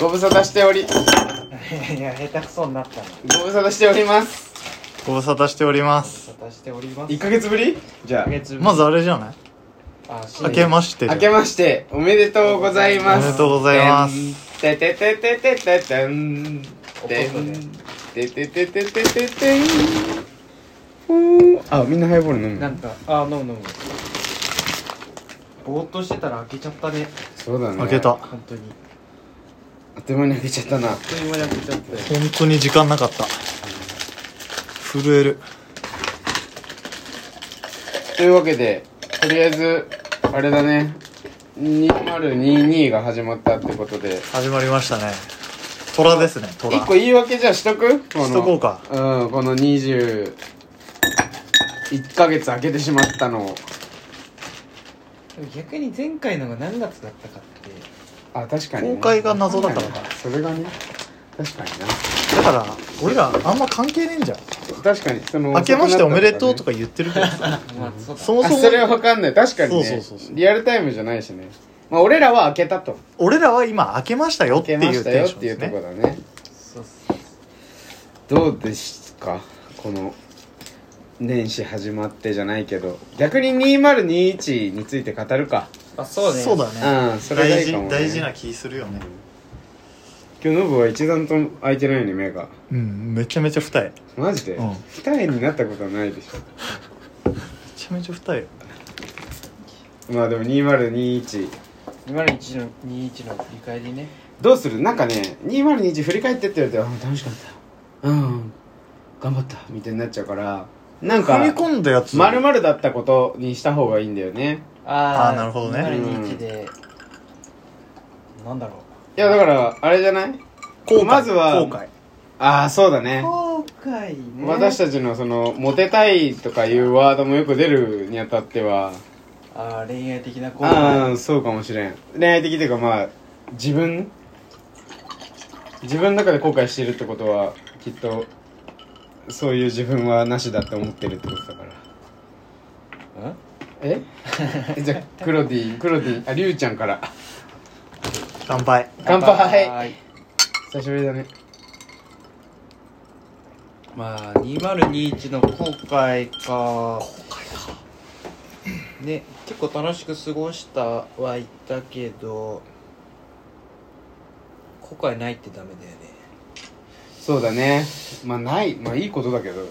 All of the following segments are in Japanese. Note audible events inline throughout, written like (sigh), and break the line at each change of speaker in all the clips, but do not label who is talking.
ご無沙汰しており
(laughs) いや下手くそになったの
ご無沙汰しております
ご無沙汰しております
沙汰しております
1ヶ月ぶりじゃ
1ヶ月
まずあれじゃない
あ新
明けまして
あ明けましておめでとうござい
お
ます
めでとうございます
てんててててててんてんてててててててんふーあみんなハイボール飲
な
む
んかあ飲む飲むぼーっとしてたら開けちゃったね
そうだね
開けた本
本当に
あっという間に開けちゃったな
本当に開けちゃったよ
当に時間なかった震える
というわけでとりあえずあれだね2022が始まったってことで
始まりましたね虎ですね虎
一個言い訳じゃあしとくこの
しとこうか
うんこの21ヶ月空けてしまったのを
でも逆に前回のが何月だったかって
あ確かに、ね、
公開が謎だったのか
それがね確かにな
だから俺らあんま関係ねえんじゃん
確かにその
明けましておめでとうとか言ってるけどさ
まあそうだ
そも
あ
そも
それは分かんない確かにね
そうそうそうそう
リアルタイムじゃないしねまあ俺らは開けたと
俺らは今明けましたよって
開けま
い
し
う
た
テ
よ
ン
っ
ション
てい
です
うとこ
ね
だね
そうそう
どうですかこの年始始まってじゃないけど逆に2021について語るか
あそうね
そうだね
うんそれが
大
いいかも、
事
ね、
大事な気するよね
今日ノブは一段とも開いてないよね目が
うんめちゃめちゃ二重め
マジで、
うん
二重になったことはないでし
ちゃめちゃ二重
ょまあでも2021
201の21の振り返りね
どうするなんかね2021振り返ってって言われてあ「楽しかったうん頑張った」みたいになっちゃうからなん
踏み
か
込んだやつ
丸々だったことにした方がいいんだよね
あ
あーなるほどね
201でなんだろ
いやだからあれじゃない
後悔
まずは
後悔
ああそうだね
う後悔ね
私たちのそのモテたいとかいうワードもよく出るにあたっては
あー恋愛的な後悔
ああそうかもしれん恋愛的というかまあ自分自分の中で後悔してるってことはきっとそういう自分はなしだって思ってるってことだから
うん
え (laughs) じゃあクロディクロディあリュウちゃんから
乾杯
乾杯久しぶりだね
まあ2021の後悔かね結構楽しく過ごしたはいたけど後悔ないってダメだよね
そうだねまあないまあいいことだけど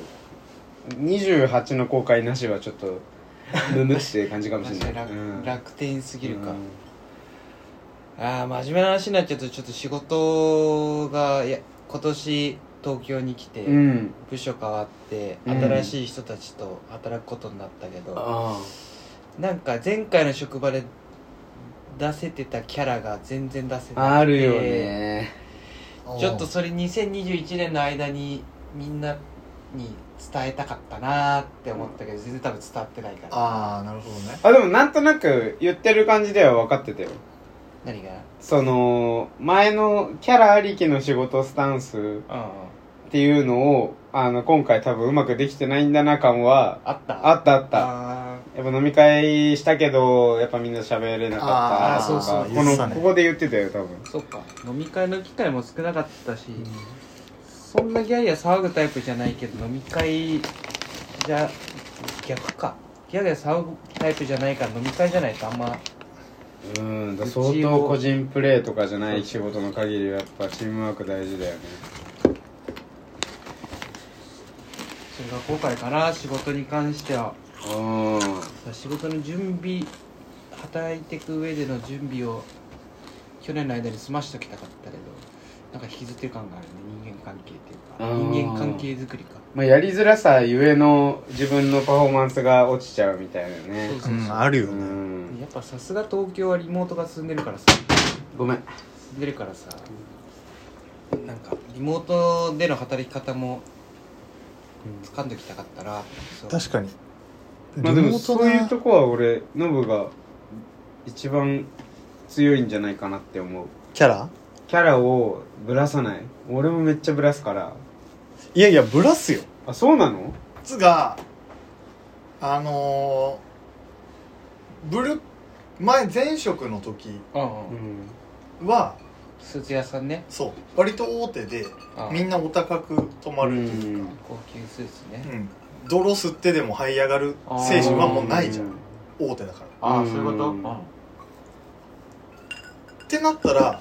28の後悔なしはちょっとむむって感じかもし
確
れ
か
ない
に楽,、
うん
楽天すぎるか、
うん
ああ真面目な話になっちゃうとちょっと仕事がいや今年東京に来て、
うん
部署変わって
うん
新しい人たちと働くことになったけど、
あ
なんか前回の職場で出せてたキャラが全然出せなくて
ああるよね
ちょっとそれ2021年の間にみんなに伝えたかったなーって思ったけど全然多分伝わってないから
ああなるほどね
あでもなんとなく言ってる感じでは分かってたよ
何が
その前のキャラありきの仕事スタンス
うんうん
っていうのをあの今回多分うまくできてないんだな感は
あった
あったあった
あ
やっぱ飲み会したけどやっぱみんな喋れなかった
あーそうそう
とかこ
言っ
の
てたね
ここで言ってたよ多分
ーそっか飲み会の機会も少なかったし、そんなギャーギャー騒ぐタイプじゃないけど飲み会じゃ逆かギャーギャー騒ぐタイプじゃないから飲み会じゃないとあんま
うんだ
うち
相
を
当個人プレーとかじゃない仕事の限りはやっぱチームワーク大事だよね
それが後悔かな仕事に関しては
うん
仕事の準備働いていく上での準備を去年の間に済ましときたかったけどなんか引きずってる感があるね人間関係っていう
あ
か
ー
人間関係づくりか
まあ、やりづらさゆえの自分のパフォーマンスが落ちちゃうみたいなね
そうそううそうん
あるよね
うん
やっぱさすが東京はリモートが進んでるからさ
ごめん
進んでるからさなんかリモートでの働き方も掴んでおきたかったなそう
確かに
まあでもそういう
リモート
とこは俺ノブが一番強いんじゃないかなって思う
なキャラ
キャラをぶらさない俺もめっちゃぶらすから
いやいやブラスよ
あそうなの
つがあのーブル前前職の時
うんうん
うん
は
スーツ屋さんね
そう割と大手で
ああ
みんなお高く泊まるというか
高級スーツ
う
ね
ん、泥吸ってでも這い上がる精神はもうないじゃん大手だから
あーそういうことうん
ってなったら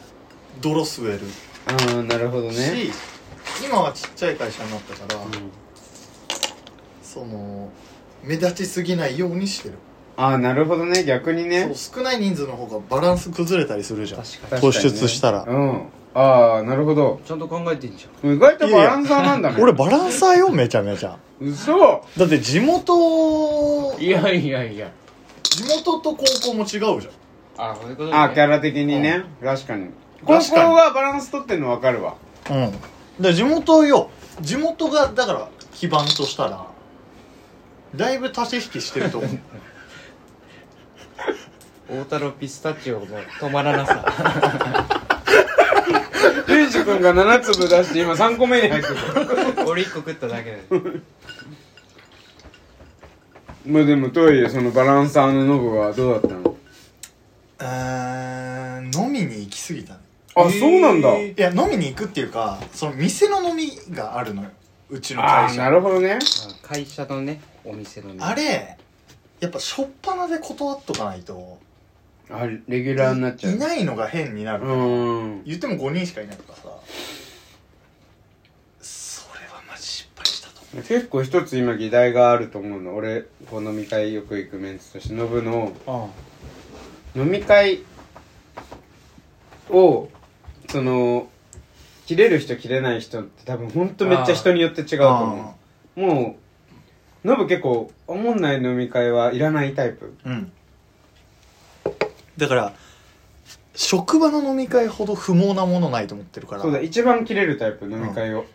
泥吸える
ああなるほどね
し、今はちっちゃい会社になったから、
うん
その目立ちすぎないようにしてる、
ああなるほどね逆にね
そう少ない人数の方がバランス崩れたりするじゃん
確かに
確かにね
突出したら
うんああなるほど
ちゃんと考えてんじゃ
意外とバランサーなんだね
俺バランサーよめちゃめちゃ
嘘
だって地元
んいやいやいや
地元と高校も違うじゃん
あそういうことね
ああキャラ的にね確かに高
確
校
かに
はバランス取ってんの分かるわ
うん
で地元よ地元がだから基盤としたらだいぶ足し引きしてる
(laughs)
と思う
大太郎ピスタチオの止まらなさ
ゆうじくんが7粒出して今3個目に入ってる
(laughs) 俺一個食っただけで
まあでもとはいえそのバランサーのノブはどうだったの
うーん飲みに行き過ぎたね
あ、そうなんだ
いや飲みに行くっていうかその店の飲みがあるのようちの
あ
会
あ
社
な
あ
るほどね
会社のねお店のね
れやっぱ初っ端で断っとかないと
あレギュ
い
ラーになっちゃう
いないのが変になる、
うーん
言っても5人しかいないからさそれはマジ失敗したと思
結構一つ今議題があると思うの俺こう飲み会よく行くメンツとしてノブの
あ
飲み会をその切れる人切れない人って多分ほんとめっちゃ人によって違うと思うもうノブ結構おもんない飲み会はいらないタイプ
ううんだから職場の飲み会ほど不毛なものないと思ってるから
そうだ一番切れるタイプ飲み会を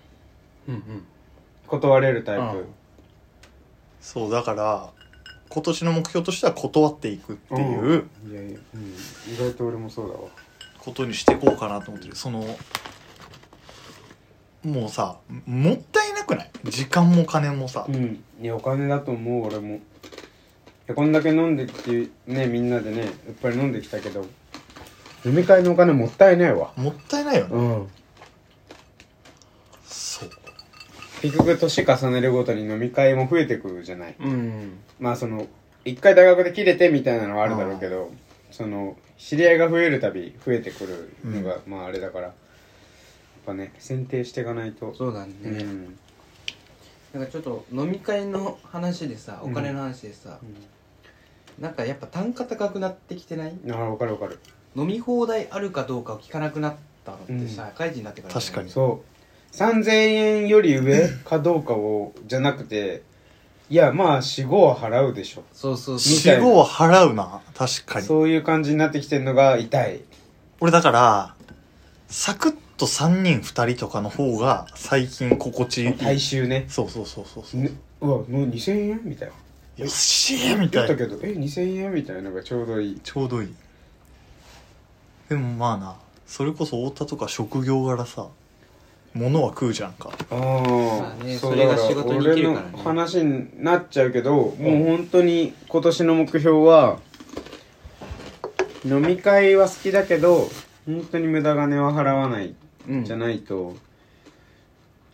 うんうん
断れるタイプ
そうだから今年の目標としては断っていくっていう
いやいや、うん、意外と俺もそうだわ
ことにしていこうかなと思ってるそのもうさもったいなくない時間も金もさ、
うんいやお金だと思う俺もいやこんだけ飲んできてねみんなでねやっぱり飲んできたけど飲み会のお金もったいないわ
もったいないよね、
うん
そう
結局年重ねるごとに飲み会も増えてくるじゃない
うん
まあその一回大学で切れてみたいなのはあるだろうけどその知り合いが増えるたび増えてくるのが、まああれだからやっぱね選定していかないと
そうだね、
うん
なんかちょっと飲み会の話でさお金の話でさ、なんかやっぱ単価高くなってきてない
ああ分かる分かる
飲み放題あるかどうかを聞かなくなったのってさ、
うん
社会人になってからじゃない
確かに
そう3000円より上かどうかをじゃなくていやまあ45は払うでしょ
そうそうそう
みたいな
死後は払うな確かに
そういう感じになってきてるのが痛い
俺だからサクッと3人2人とかの方が最近心地いい
大衆ね
そうそうそうそうそう、
ねうわもう2000円みたいな
よっしーみ
言
た
っ
い
た
な
けどえ2000円みたいなのがちょうどいい
ちょうどいいでもまあなそれこそ太田とか職業柄さ物は食うじゃんか
あ
まあね
あ
それが仕事に生きるからね
俺の話になっちゃうけどもう本当に今年の目標は飲み会は好きだけど本当に無駄金は払わない
うん
じゃないと、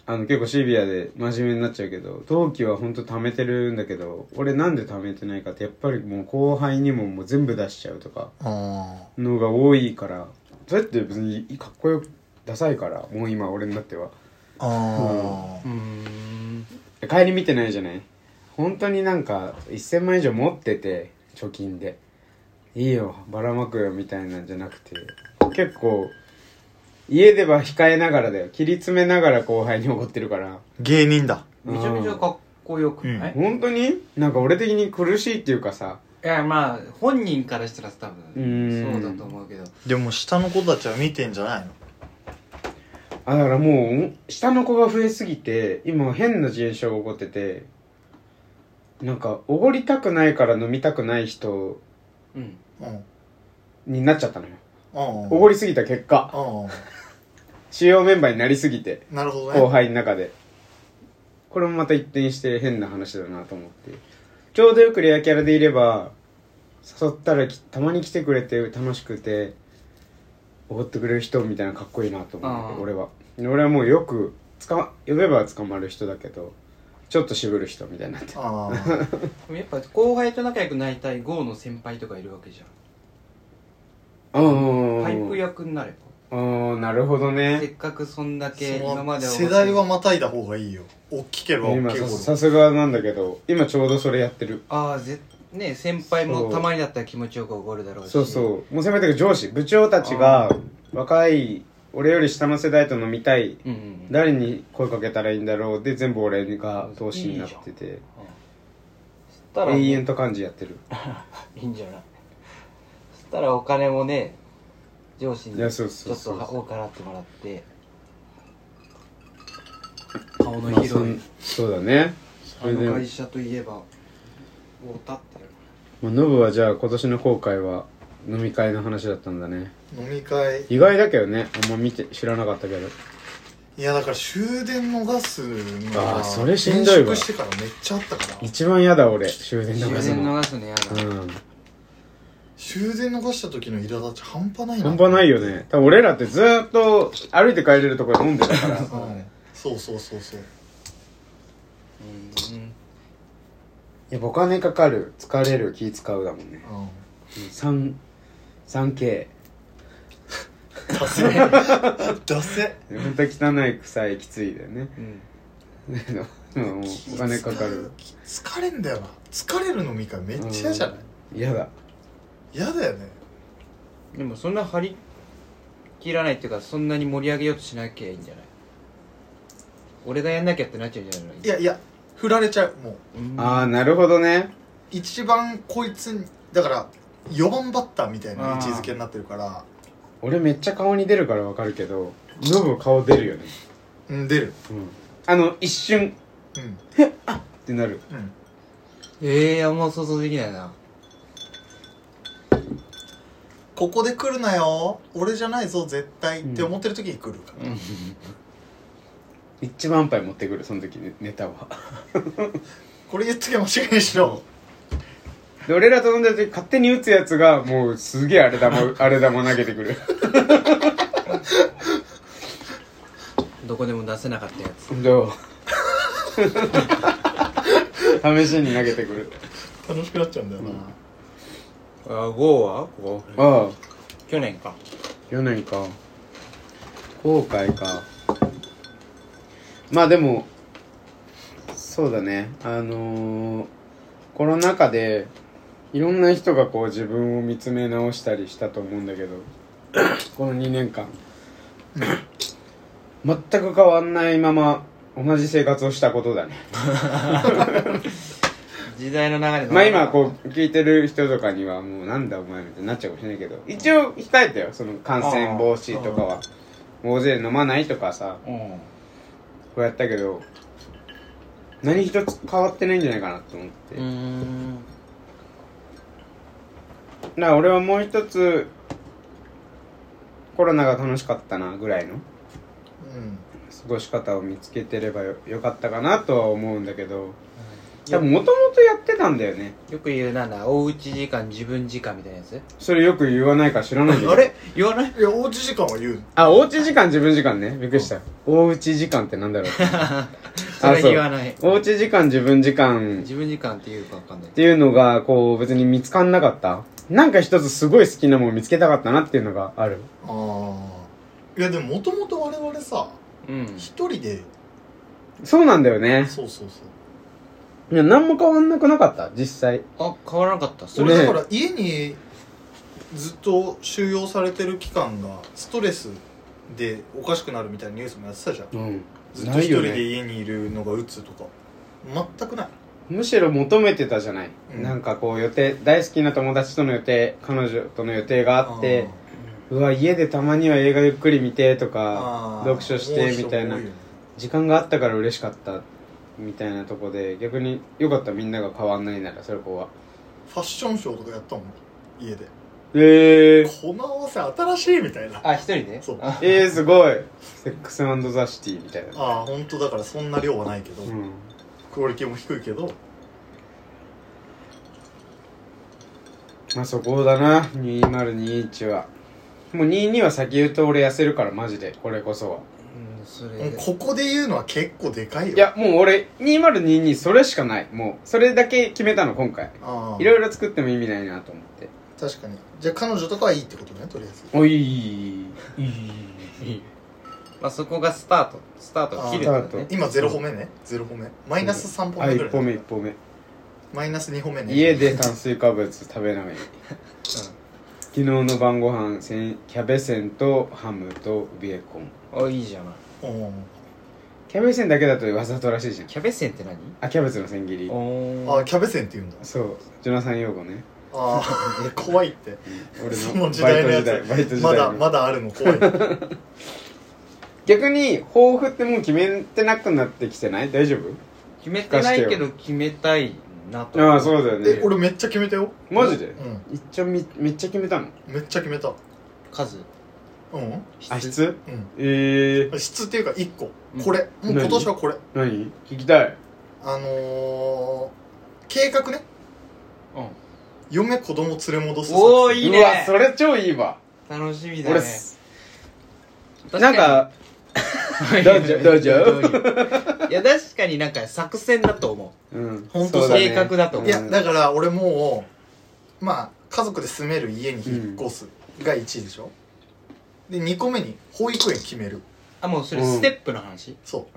あの結構シビアで真面目になっちゃうけど同期はほんと貯めてるんだけど俺なんで貯めてないかってやっぱりもう後輩にももう全部出しちゃうとか
あ
のが多いからそれって別にかっこよくダサいからもう今俺になっては
ああ
うーん
帰り見てないじゃない本当になんか1000万以上持ってて貯金でいいよばらまくよみたいなんじゃなくて結構家では控えながらだよ切り詰めながら後輩に怒ってるから
芸人だ
めちゃめちゃかっこよくない、い
本当になんか俺的に苦しいっていうかさ
やまあ本人からしたら多分
うん
そうだと思うけど
でも下の子たちは見てんじゃないの
あだからもう下の子が増えすぎて今変な現象が起こっててなんかおごりたくないから飲みたくない人
うん
うん
になっちゃったのよ
うん
おごりすぎた結果
うん
主要メンバーになりすぎて
なるほどね
後輩の中でこれもまた一転して変な話だなと思ってちょうどよくレアキャラでいれば誘ったらきたまに来てくれて楽しくておごってくれる人みたいなかっこいいなと思っ
あ
て
ー
俺はで俺はもうよくつか呼べば捕まる人だけどちょっと渋る人みたいになって
ああ
でもやっぱ後輩と仲良くなりたい GO の先輩とかいるわけじゃ
あ
ん
あ
パイプ役になれ
あ
ば
ーなるほど
せ
ね
っかくそんだけ今まで
世代はまたいだ方がいいよ大きければ大
今
きい
さ
ほ
さ
ど
すがなんだけど今ちょうどそれやってる
ああぜね先輩もたまにだったら気持ちよくおごるだろうし
そうそうもうせめて上司部長たちが若い俺より下の世代と飲みたい
うんうんうん
誰に声かけたらいいんだろうで全部俺が投資になってて
うんそしたら
永遠と感じやってる
いいんじゃないそしたらお金もね上司に
い
ちょ
や
っと
そうそうそう
多く払ってもらって
ま
顔
あ
の広い、
そんそうだねそ
あ
れで
の
まあ
会社といえば太田ってやる
ノブはじゃあ今年の後悔は飲み会の話だったんだね
飲み会
意外だけどねあんま見て知らなかったけど
いやだから終電逃すのが
あーそれしんどいわ
転職してからめっちゃあったから
一番嫌だ俺終電
終
逃す
電
の
逃すのやだ、
うん
終電逃した時の苛立ち半端ないな
半端ないよね多分俺らってずーっと歩いて帰れるとこで飲んでたから
うんそうそうそうそう
うんうん
やっぱお金かかる疲れる気使うだもんね
うん
3 3K
ダセダセ
本当汚い臭いきついだよね (laughs)
うん
でももうお金かかる
疲れんだよな疲れる飲み会めっちゃ嫌じゃない
嫌だ
嫌だよね
でもそんな張り切らないっていうかそんなに盛り上げようとしなきゃいいんじゃない俺がやんなきゃってなっちゃうんじゃないの
いやいや振られちゃうもう
うん
ああなるほどね
一番こいつにだから4番バッターみたいな位置づけになってるから
俺めっちゃ顔に出るからわかるけどノブ顔出るよね
うん出る
うんあの一瞬
うん
ってなる
うん
ええー、あんま想像できないな
ここで来るなよ俺じゃないぞ絶対って思ってる時に来るから、
一番杯持ってくるその時ねネタは
これ言っときゃ間違いないしろ
で俺らと飲んでる時勝手に打つやつがもうすげえあれ玉あれ玉投げてくる
どこでも出せなかったやつ
どう試しに投げてくる
楽しくなっちゃうんだよな、
あゴーはここ
ああ
去年か
4年か後悔かまあでもそうだねあのー、コロナ禍でいろんな人がこう自分を見つめ直したりしたと思うんだけどこの2年間全く変わんないまま同じ生活をしたことだね
時代の流れの
まあ今こう聞いてる人とかにはもうなんだお前みたいになっちゃうかもしれないけど一応控えたよその感染防止とかは大勢飲まないとかさ
ううん
こうやったけど何一つ変わってないんじゃないかなと思って、
うー
だか
ん
ら俺はもう一つコロナが楽しかったなぐらいの過
うん
ごし方を見つけてればよよかったかなとは思うんだけど多分もともとやってたんだよね
よく言うなんだおうち時間自分時間みたいなやつ
それよく言わないから知らないんだけど
あれ言わない
いやおうち時間は言う
あ、おうち時間自分時間ね。びっくりした。おうち時間ってなんだろう。
(laughs)
それは言わない
おうち時間自分時間っ
自分時間っていうかわかんない
ていうのが、こう別に見つかんなかった。なんか一つすごい好きなもん見つけたかったなっていうのがある。
ああいやでももともと我々さ
うん
一人で
そうなんだよね。
そうそうそう
いや、何も変わんなくなかった、実際。
あ変わらなかったっす
ね
俺だから家にずっと収容されてる期間がストレスでおかしくなるみたいなニュースもやってたじゃん
うん。
ずっと
な
一
いよ
人で
ね。
家にいるのが鬱つとか全くない
むしろ求めてたじゃない。
うん
なんかこう予定、大好きな友達との予定、彼女との予定があって、うわ、家でたまには映画ゆっくり見てとか、
あー
読書してみたいな
多。よね
時間があったから嬉しかったみたいなとこで逆によかったみんなが変わんないならそれこは
ファッションショーとかやったもん家で
えー、
この合わせ新しいみたいなあ
あ一人で
そう
あ
えー、すごいセックスザ・シティみたいな
あ本当だからそんな量はないけど、
うん
クオリティも低いけど
まあそこだな2021はもう22は先言うと俺痩せるからマジでこれこそは
うんそ
も
れ
うここで言うのは結構でかいよ
いやもう俺2022それしかないもうそれだけ決めたの今回
ああ
いろいろ作っても意味ないなと思って
確かにじゃあ彼女とかはいいってことねとりあえず
おいいいい
まあそこがスタートスタートを切るんだ
あースタ
ね
ー
今ゼロ歩目ねゼロ歩目マイナス3歩
あ
目ぐら
一
い
歩目一歩目
マイナス2歩目ね
家で炭水化物食べない、昨日の晩ご飯せんキャベセンとハムとベーコン
おいいじゃない
うん
キャベセンだけだとわざとらしいじゃん
キャベツンって何
あキャベツの千切り
お
あ
ー
キャベセンって言うんだ
そうジョナサン用語
(laughs)
ね
ああ (laughs) 怖いって
俺
そ
の
の時代のや
バイト時代バイト
つ
時
ま
代
だ
の
まだあるの (laughs) 怖い
逆に抱負ってもう決めてなくなってきてない大丈夫
決めてないけど決めたいなと
ああそうだよね
え俺めっちゃ決めたよ
マジで、
うん
一応みめっちゃ決めたの
めっちゃ決めた
数
うん
あ質
うん
ええー、
質っていうか1個
うん
これもう今年はこれ
何聞きたい
あのー、計画ね
うん
嫁子供連れ戻す
おーいいうね
わそれ超いいわ
楽しみだね
俺すなん
(laughs)
かどうぞどうぞ
いや確かになんか作戦だと思
うん
ほんと
そうだね
正確だと思
いやだから俺もうまあ家族で住める家に引っ越すが1位でしょ、で2個目に保育園決める
うあもうそれステップの話、
そ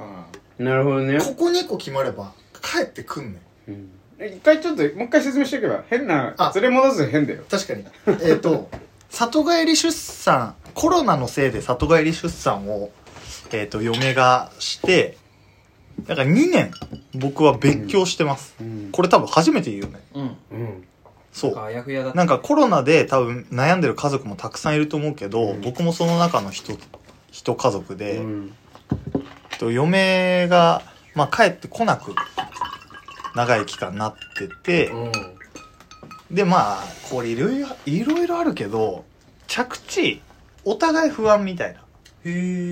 うん
なるほどね
うここ2個決まれば帰ってくんねん
うん一回ちょっともう一回説明しておけば変な
あ
連れ戻すの変だよ
確かにえっと (laughs) 里帰り出産コロナのせいで里帰り出産を、えっと嫁がしてだから2年僕は別居してます、
うん
これ多分初めて言うよね
うん
うん
そう
なんかあやふやだった
なんかコロナで多分悩んでる家族もたくさんいると思うけど、
うん
僕もその中の一一家族で、
うん
えっと嫁が、まあ、帰ってこなく長い期間なってて、でまあこれいろいろいろいろあるけど着地お互い不安みたいな
へ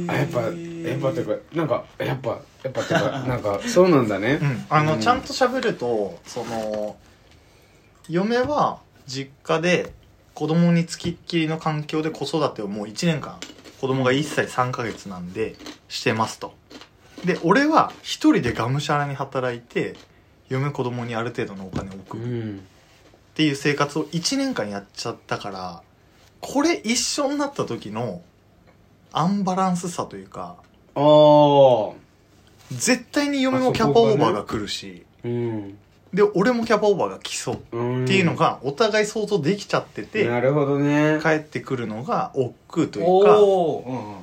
え
あやっぱやっぱってかなんかやっぱやっぱって
(laughs)
かなんかそうなんだね
うん、あの、
うん
ちゃんと喋るとその嫁は実家で子供につきっきりの環境で子育てをもう1年間子供が1歳3ヶ月なんでしてますとで俺は一人でがむしゃらに働いて嫁子供にある程度のお金を
う
送るっ
ん
ていう生活を1年間やっちゃったからこれ一緒になった時のアンバランスさというか
ああ
絶対に嫁もキャパオーバーが来るし、
うん
で俺もキャパオーバーが来そう
うん
っていうのがお互い想像できちゃってて、
なるほどね
帰ってくるのが億劫というか
おおーうんうん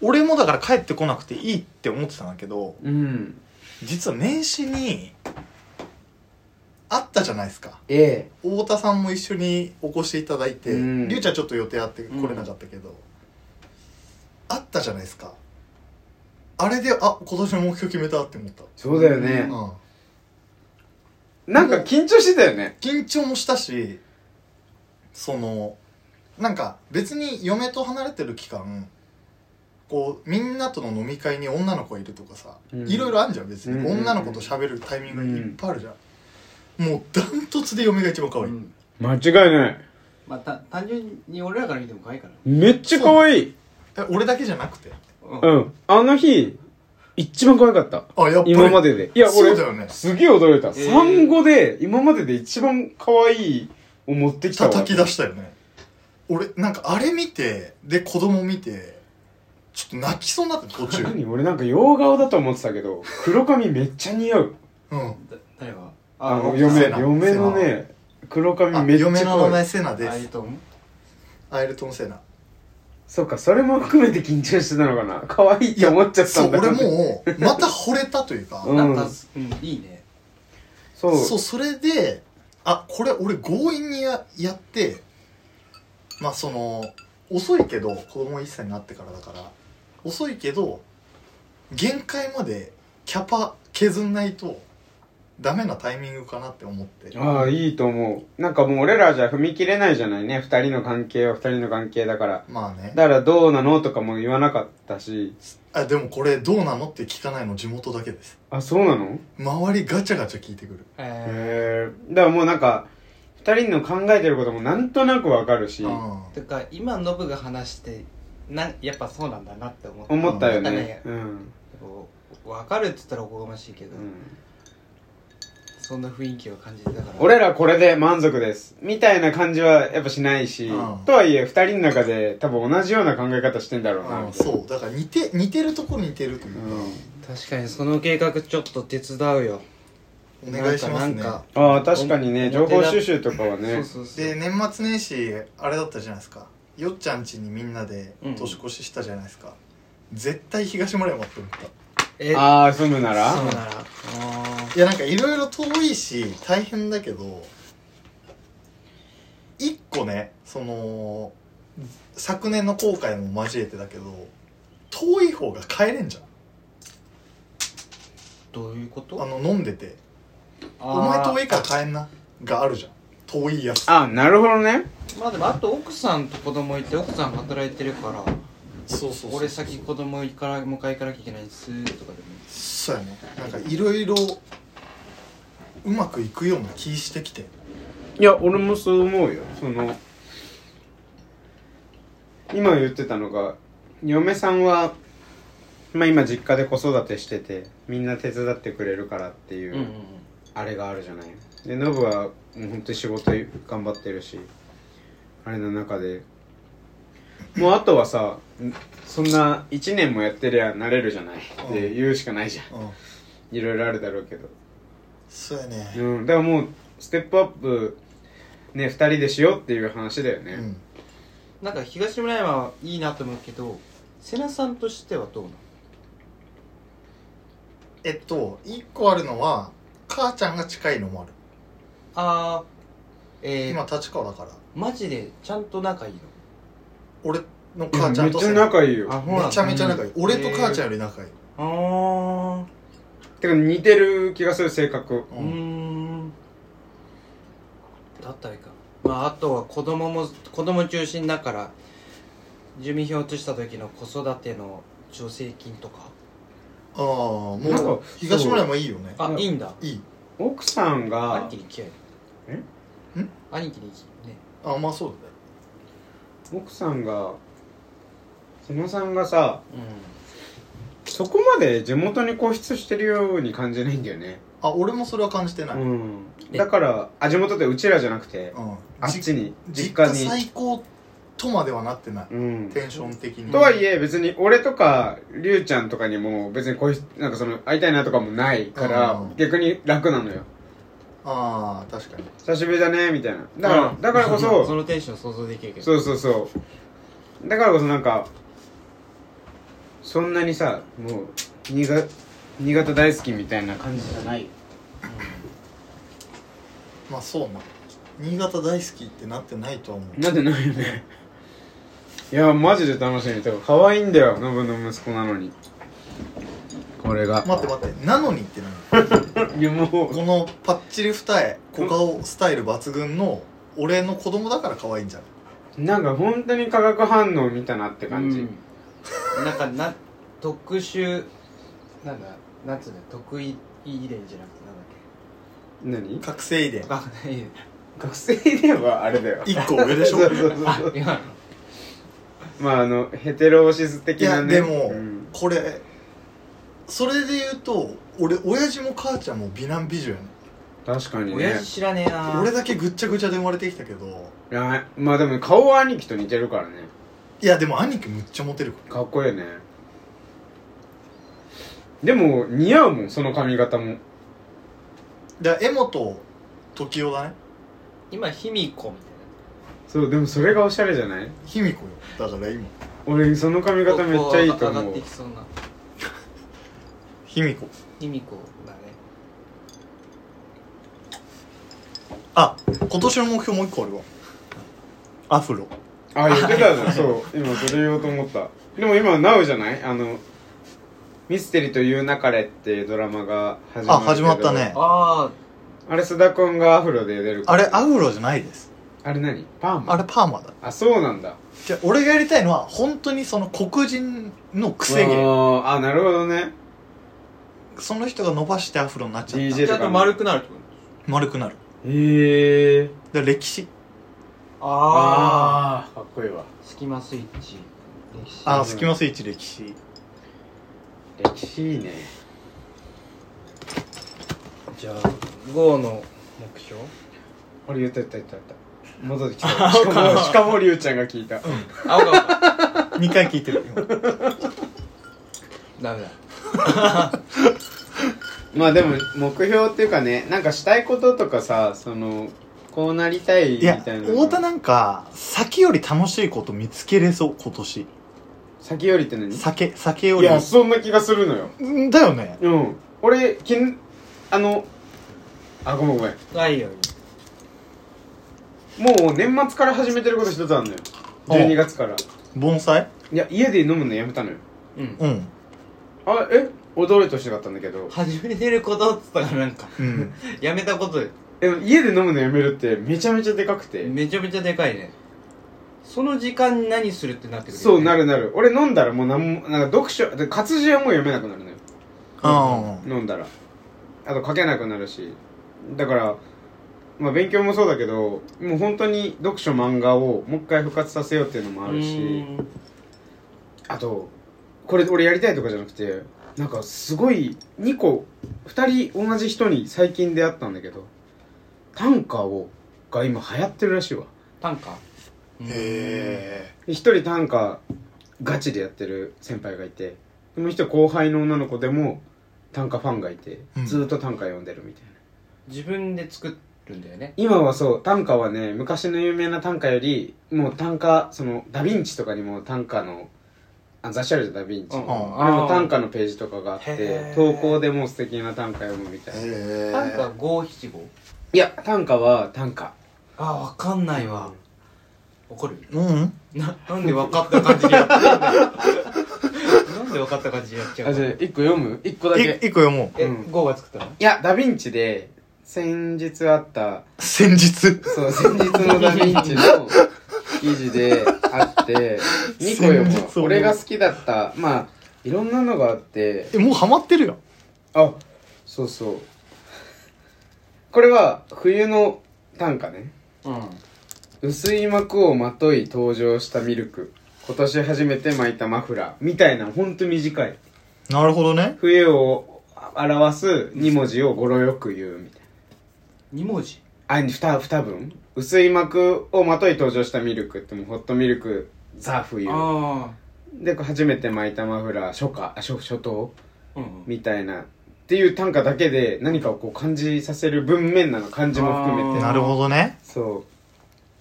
俺もだから帰ってこなくていいって思ってたんだけど
うん
実は年始にあったじゃないですか
え
太田さんも一緒にお越しいただいてり
うん
ゅうちゃんちょっと予定あって来れなかったけど、あったじゃないですかあれであ今年の目標決めたって思った、
そうだよね
うん、
なんか緊張してたよね
緊張もしたしそのなんか別に嫁と離れてる期間こうみんなとの飲み会に女の子がいるとかさ、
うん
いろいろあるじゃん別に、
うんうんうん
女の子と喋るタイミングいっぱいあるじゃん、もうダントツで嫁が一番可愛い、
うん
間違いない
まあた単純に俺らから見ても可愛いからね
めっちゃ可愛い
え俺だけじゃなくて
うん
うんあの日一番可愛かった
あやっぱり
今まででいや
そう
俺
だよね
すげえ驚いた、
えー
産後で今までで一番可愛いを持ってきたわ
叩き出したよね俺なんかあれ見てで子供見てちょっと泣きそうになっ
(laughs)
て途中
何俺なんか洋顔だと思ってたけ
(laughs)
ど黒髪めっちゃ似合う
うん
だ誰が
あの
僕
嫁
セナ
嫁のね黒髪
あ
めっちゃ
嫁の名
可愛
前
い
セナで
あり
す
と思う
アイルトンセナ
そっかそれも含めて緊張してたのかな可愛いって思っちゃった
そ
ん
う
だ
俺もうまた惚れたというか、
うん
なんかすうんいいね
そう
そうそれであこれ俺強引にややってまあその遅いけど子供1歳になってからだから遅いけど限界までキャパ削んないとダメなタイミングかなって思って
ああいいと思うなんかもう俺らじゃ踏み切れないじゃないね二人の関係は二人の関係だから
まあね
だからどうなのとかも言わなかったし
あでもこれどうなのって聞かないの地元だけです
あそうなの
周りガチャガチャ聞いてくる
え
へえだからもうなんか二二人の考えてることもなんとなくわかるし、
うん
てか今ノブが話してなやっぱそうなんだなって思った
思ったよ
なんか
ね。うん。
こう分かるって言ったらおこがましいけど、
うん
そんな雰囲気を感じてたから
俺らこれで満足ですみたいな感じはやっぱしないし、
うん
とはいえ二人の中で多分同じような考え方してんだろうな、
うんそうだから似て似てるとこ似てると
う
思
ん、
確かにその計画ちょっと手伝うよ
う、お願いします
な
ね
んか
ああ確かにね
お
情報収集とかは
そ
ね
うそうそう
で年末年始あれだったじゃないですかよっちゃん家にみんなで
うん
年越ししたじゃないですか、絶対東村山って思った
えそう
ああ住むなら
ならあ
いやなんかいろいろ遠いし大変だけど一個ねその昨年の後悔も交えてだけど遠い方が帰れんじゃん
ーどういうこと
あの飲んでて「お前
あー
遠いから帰んな」があるじゃん遠いやつ
ああなるほどね
まあでもあと奥さんと子供いて奥さん働いてるから
そうそうそう
俺先子供から迎え行かなきゃいけないですとかでも
そうやねなんかいろいろうまくいくような気してきて
いや俺もそう思うよその今言ってたのが嫁さんは、まあ、今実家で子育てしててみんな手伝ってくれるからっていう、
うんうん
あれがあるじゃないでノブはもう本当に仕事頑張ってるしあれの中でもうあとはさんそんな1年もやってりゃなれるじゃないって言うしかないじゃん
うん
いろいろあるだろうけど
そうやね
うんだからもうステップアップね2人でしようっていう話だよ
う
ね、
ん
なんか東村山はいいなと思うけど瀬名さんとしてはどうなの
えっと一個あるのは母ちゃんが近いのもある
ああえー、
今立川だから
マジでちゃんと仲いいの
俺の
いや
母ちゃ
め
ん
っ
と
ちゃ仲いい
あ
よ
ほら
めちゃめちゃ仲いい、
うん
俺と母ちゃんより仲いい、
あ
てか似てる気がする性格
あうー
うん
んだったらいいかまああとは子供も子供中心だから住民票移した時の子育ての助成金とか
ああも
なん
う
か
東村もいいよね
あ
うん
いいんだ
いい
奥さん
兄
が
貴に行きゃいい
えん
兄貴に行きね
あまあそうだね
奥さんが瀬野さんがさ
う
そこまで地元に固執してるように感じないんだよね、
あ俺もそれは感じてない、うん
うん、
え
だからあ地元ってうちらじゃなくてあっ
じ
ちに
実
実家
家
に
最高とまではなってない、
うん
テンション的に
とはいえ別に俺とかりゅうちゃんとかにも別にこういうなんかその会いたいなとかもないから
うん
逆に楽なのよ
ああ確かに
久しぶりだねみたいなだ
ん
からだからこ
(laughs) そ
そ
のテンション想像できるけど
そうそうそうだからこそなんかそんなにさもう新潟新潟大好きみたいな感じじゃない
まあそうな新潟大好きってなってないとは思う
なんでないよねいやマジで楽しみてか可愛いんだよノブの息子なのにこれが
待って待ってなのにって何
いやもう
このパッチリ二重小顔スタイル抜群の俺の子供だから可愛いんじゃない
なんか本当に化学反応見たなって感じ、
うんなんかな特殊なんだなんつうの得意遺伝じゃなくてなんだっ
何
覚醒遺伝
けわかんない
学生ではあれだよ
一個上でし
(laughs)
ょ
そうそうそう
あ
そう
いや
まああのヘテロオシス的
いや
なね
でも、
うん
これそれで言うと俺親父も母ちゃんも美男美女やね
確かに
親
ね
父知らねえな
俺だけぐっちゃぐちゃで生まれてきたけど
いやまあでも顔は兄貴と似てるからね
いやでも兄貴むっちゃモテるか
かっこいいねでも似合うもんその髪型も
らだから柄本時代だね
今卑弥呼み
そうでもそれがおしゃれじゃない
卑弥呼よだから今
俺その髪
たいな
型めっちゃいいと
上が
思
っ
う
てきそうな
卑弥呼
卑弥呼だね
あ今年の目標もう一個あるわアフロ
あ言ってたじゃん (laughs) そう今それ言おうと思ったでも今なうじゃないあの「ミステリーという勿れ」っていうドラマが始ま
あ
るけど
始まったね
あ
あれ須田君がアフロで出る
あれア
あ
フロじゃないです
あれ何パーマ
あれパーマだ
あそうなんだ
じゃあ俺がやりたいのは本当にその黒人のくせ毛
あーあなるほどね
その人が伸ばしってアフロになっちゃった
DJ
あちゃんと丸くなるってこ
丸くなる
へえ
だで歴史
ああかっこいいわ
スキマスイッチ歴史
あ
うん
ースキマスイッチ歴史
歴史いいね
じゃあゴーの目標
あれ言った言った言った言った戻 (laughs) ってきたしかもしかもりゅうちゃんが聞いた
青が
2回聞い
(laughs)
てる今
(laughs) ダメだ
まあでも目標っていうかねなんかしたいこととかさそのこうなりたいみ
い
た
や
いな
太田なんか先より楽しいこと見つけれそう今年
先よりって何
酒酒よ
い
り
やそんな気がするのよ
んだよね
うん俺きんあのあごめんごめん
ないよ
もう年末から始めてること一つあるのよ12月から
盆栽
いや家で飲むのやめたのよ
うん
うん
あえ驚いてほしかったんだけど
始めてることっつったからなんか
うん
やめたことで
でも家で飲むのやめるってめちゃめちゃでかくて
めちゃめちゃでかいねその時間に何するってなってくるよね
そうなるなる俺飲んだらもうなんもなんか読書で活字はもう読めなくなるのよ (laughs)
あ
飲んだらあと書けなくなるしだからまあ勉強もそうだけどもう本当に読書漫画をもう一回復活させようっていうのもある
う
し
ーん
あとこれ俺やりたいとかじゃなくてなんかすごい2個2人同じ人に最近出会ったんだけど短歌をが今流行ってるらしいわ
短歌
へえ
で一人短歌ガチでやってる先輩がいてでもう一人後輩の女の子でも短歌ファンがいて
うん
ずーっと短歌読んでるみたいな、
自分で作るんだよね
今はそう短歌はね昔の有名な短歌よりもう短歌そのダ・ヴィンチとかにも短歌のあ雑誌あるじゃんダ・ヴィンチ
うん
のあれも短歌のページとかがあっ
へ
て
ー
投稿でもう素敵な短歌読むみたいな
短歌五七五
いや短歌は短歌
あわかんないわ怒る (laughs)
うん
ななんで分かった感じでやってるんだよなんで分かった感じでやっちゃうの
あ
え
1個読む1個だ
い
けい
一個読もう
うん
ゴーが作ったの
やダ・ヴィンチで先日あった
先日
そう、先日のダ・ヴィンチの記事であって、2個読
先
む
日
わ。
を
俺が好きだった、まあ、いろんなのがあって、
えもうハマってるよ
あ、そうそう。これは、冬の短歌ね。
うん
薄い膜をまとい登場したミルク。今年初めて巻いたマフラー。みたいな、ほんと短い。
なるほどね
冬を表す2文字を語呂よく言うみたいな。
二文字
あ、ふた、ふた分薄い膜をまとい登場したミルクってもうホットミルク、ザ・冬。
あ
で、こう初めて巻いたマフラー、初夏、あ初、初冬
あうん
みたいな。っていう短歌だけで何かをこう感じさせる文面なの、漢字も含
うん
め
な
て。
るほどね
そ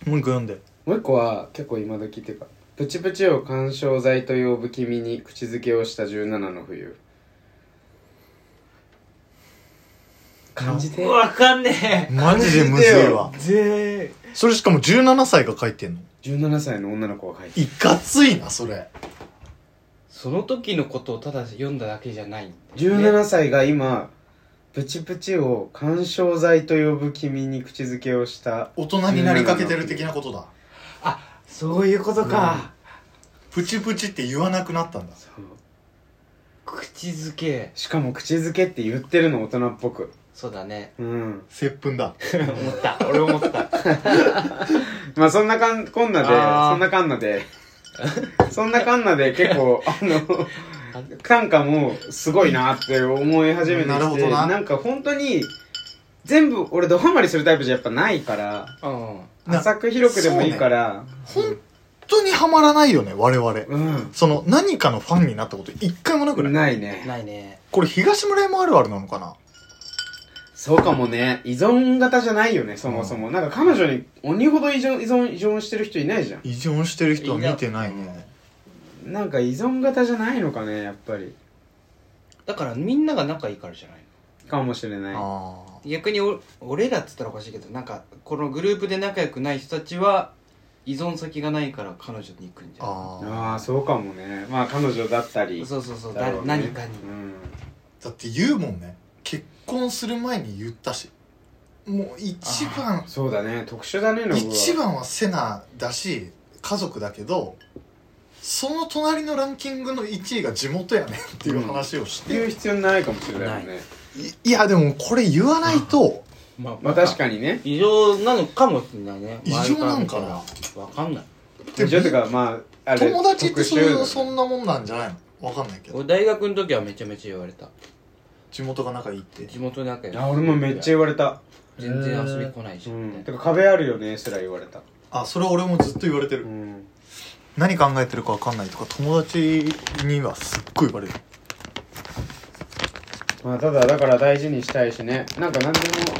もう一個読んで
う。もう一個は結構今時っていうか、プチプチを干渉剤と呼ぶ君に口づけをした17の冬。感じて
分かんね
マジでむずいわ
えぜ
それしかも17歳が書いてんの
?17 歳の女の子が書いて
いかついなそれ
その時のことをただ読んだだけじゃないんだよね
17歳が今、プチプチを干渉剤と呼ぶ君に口づけをした。
大人になりかけてる的なことだ
そういうことか
プチプチって言わなくなったんだ
そう
口づけ
しかも口づけって言ってるの大人っぽく。
そうだね
うん。
(laughs) 接吻だ
思った俺思った
まあそんなかん、こんなで、
あー
そんなかんな
(laughs)
で、そんなかんなで結構、あの、短歌もすごいなって思い始めてきて、
なるほどなん
か本当に、全部、俺ドハマりするタイプじゃやっぱないから、
うん
な
浅く広くでもいいから、
本当にはまらないよね我
う
々
ん。
その何かのファンになったこと一回もなくない
ないね。
ないね
これ東村山あるあるなのかな
そうかもね。依存型じゃないよね、そもそも。なんか彼女に鬼ほど依存、依存、依存してる人いないじゃん。
依存してる人は見てないね
なんか依存型じゃないのかね、やっぱり。
だからみんなが仲いいからじゃないの
かもしれない。
ああ
逆にお俺らっつったらおかしいけどなんかこのグループで仲良くない人たちは依存先がないから彼女に行くんじゃない
ああ
ああそうかもねまあ彼女だったり
そうそうそう
だ
だ
ろうね
何かに
うん
だって言うもんね結婚する前に言ったしもう一番
そうだね特殊だねノブは
一番はセナだし家族だけどその隣のランキングの1位が地元やねんっていう話をし
言う
て、
必要ないかもしれないもんね
いいやでもこれ言わないと
まあ
まあ確かにね
異常なのかもしれないね
異常なんかな
わかんない
で
ちょっとかまああれ
友達ってそういうそ
な、
んなもんなんじゃないのわかんないけど
俺大学の時はめちゃめちゃ言われた
地元が仲いいって
地元仲良
いや俺もめっちゃ言われた
全然遊び来ないし
う
み
ん
た
て
い
か壁あるよねすら言われた
あそれ俺もずっと言われてる、
うん
何考えてるかわかんないとか友達にはすっごい言われる
まあただだから大事にしたいしねなんか何でも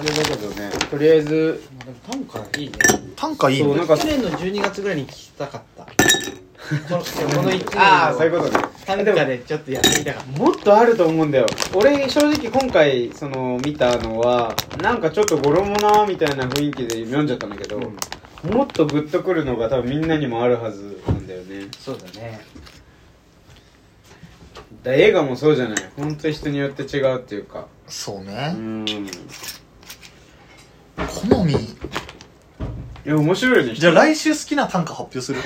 あれだけどねとりあえず
まあでも短歌いいね
短歌いい
そう
ね
なんか
去年の12月ぐらいに聞きたか (laughs) ったこのこの1年
ああそういうことね
短歌でちょっとやってみたかっ
もっとあると思うんだよ俺正直今回その見たのはなんかちょっと語呂もなみたいな雰囲気で読んじゃったんだけど、もっとグッとくるのが多分みんなにもあるはずなんだよね
たそうだね
だ映画もそうじゃないほんと人によって違うっていうか
そう
う
ね
んい
好み
や面白いね
じゃあ来週好きな短歌発表 (laughs) する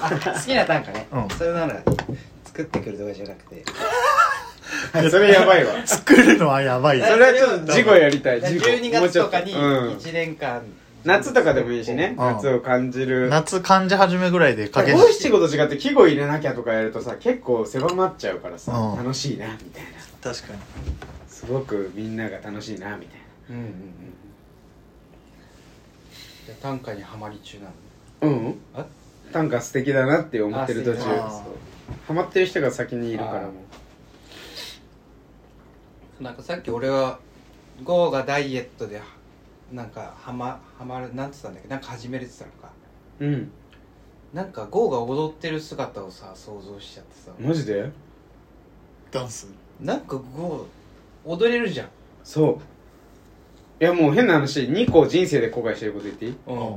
あ好きな短歌ね、
うん
それなら作ってくるとかじゃなくて
あそれやばいわ
(laughs)
作るのはやばいよ
それはちょっと事故やりたい事故
12月とかに
うん、
1年間、
夏とかでもいいしね
ん
夏を感じる
夏感じ始めぐらいで加減
五七五と違って季語入れなきゃとかやるとさ結構狭まっちゃうからさ、
うん
楽しいなみたいな
確かに
すごくみんなが楽しいなみたい
うんうんうんじゃあ短歌にハマり中なの
なうん
え
短歌素敵だなって思ってる途中
あ素敵だな
ハマってる人が先にいるからも
なんかさっき俺はゴーがダイエットでなんかハマハマるなんつったんだっけなんか始めるって言ったのか
ううん
なんかゴーが踊ってる姿をさ想像しちゃってさ
マジで
ダンス
なんかゴー踊れるじゃん
そういやもう変な話2個人生で後悔してること言っていい
うん
うん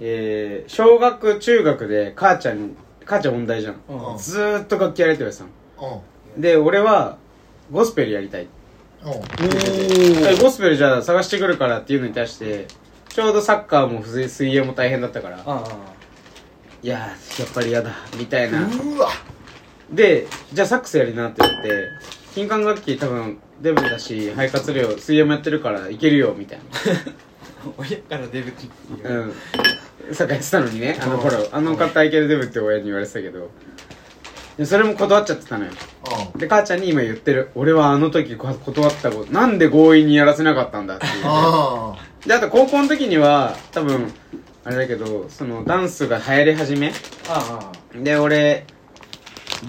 えー、小学中学で母ちゃんに母ちゃん音大じゃん
うん
うん
ずーっと楽器やれてるさん
うん
で俺はゴスペルやりたいって
うん
言っててえゴスペルじゃあ探してくるからっていうのに対してちょうどサッカーも水水泳も大変だったから
あ
いやーやっぱり嫌だみたいな
うわ
でじゃあサックスやりなって言って金管楽器多分デブだし肺活量水泳もやってるからいけるよみたい
あ親から出るっていう
なうんサッカーやってたのにねあの頃あの方いけるデブって親に言われてたけどでそれも断っちゃってたのよ
うん
で母ちゃんに今言ってる俺はあの時こ断ったことなんで強引にやらせなかったんだって (laughs) いう
あ
であと高校の時には多分あれだけどそのダンスが流行り始め
ああ
で俺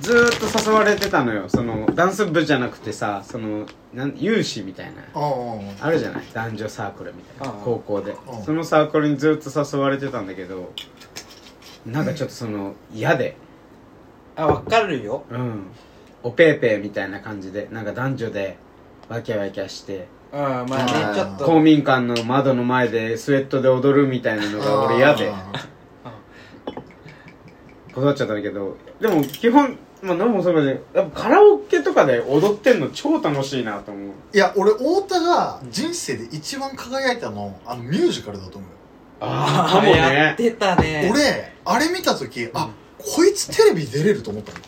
ずーっと誘われてたのよそのダンス部じゃなくてさそのなん有志みたいな
あうんうん
あるじゃない男女サークルみたいな
ああ
高校で
うん
そのサークルにずっと誘われてたんだけどなんかちょっとその嫌で
ああわかるよ
うんおぺーぺーみたいな感じでなんか男女でワキャワキャして
うんまあ
あ
ね
あ
ちょっと
公民館の窓の前でスウェットで踊るみたいなのが俺嫌で断っちゃったんだけどでも基本まあ何もそうかでやっぱカラオケとかで踊ってんの超楽しいなと思う
いや俺太田が人生で一番輝いたのあのミュージカルだと思うよ
ああかも
や
ね
ってたね
俺あれ見た時あこいつテレビ出れると思ったの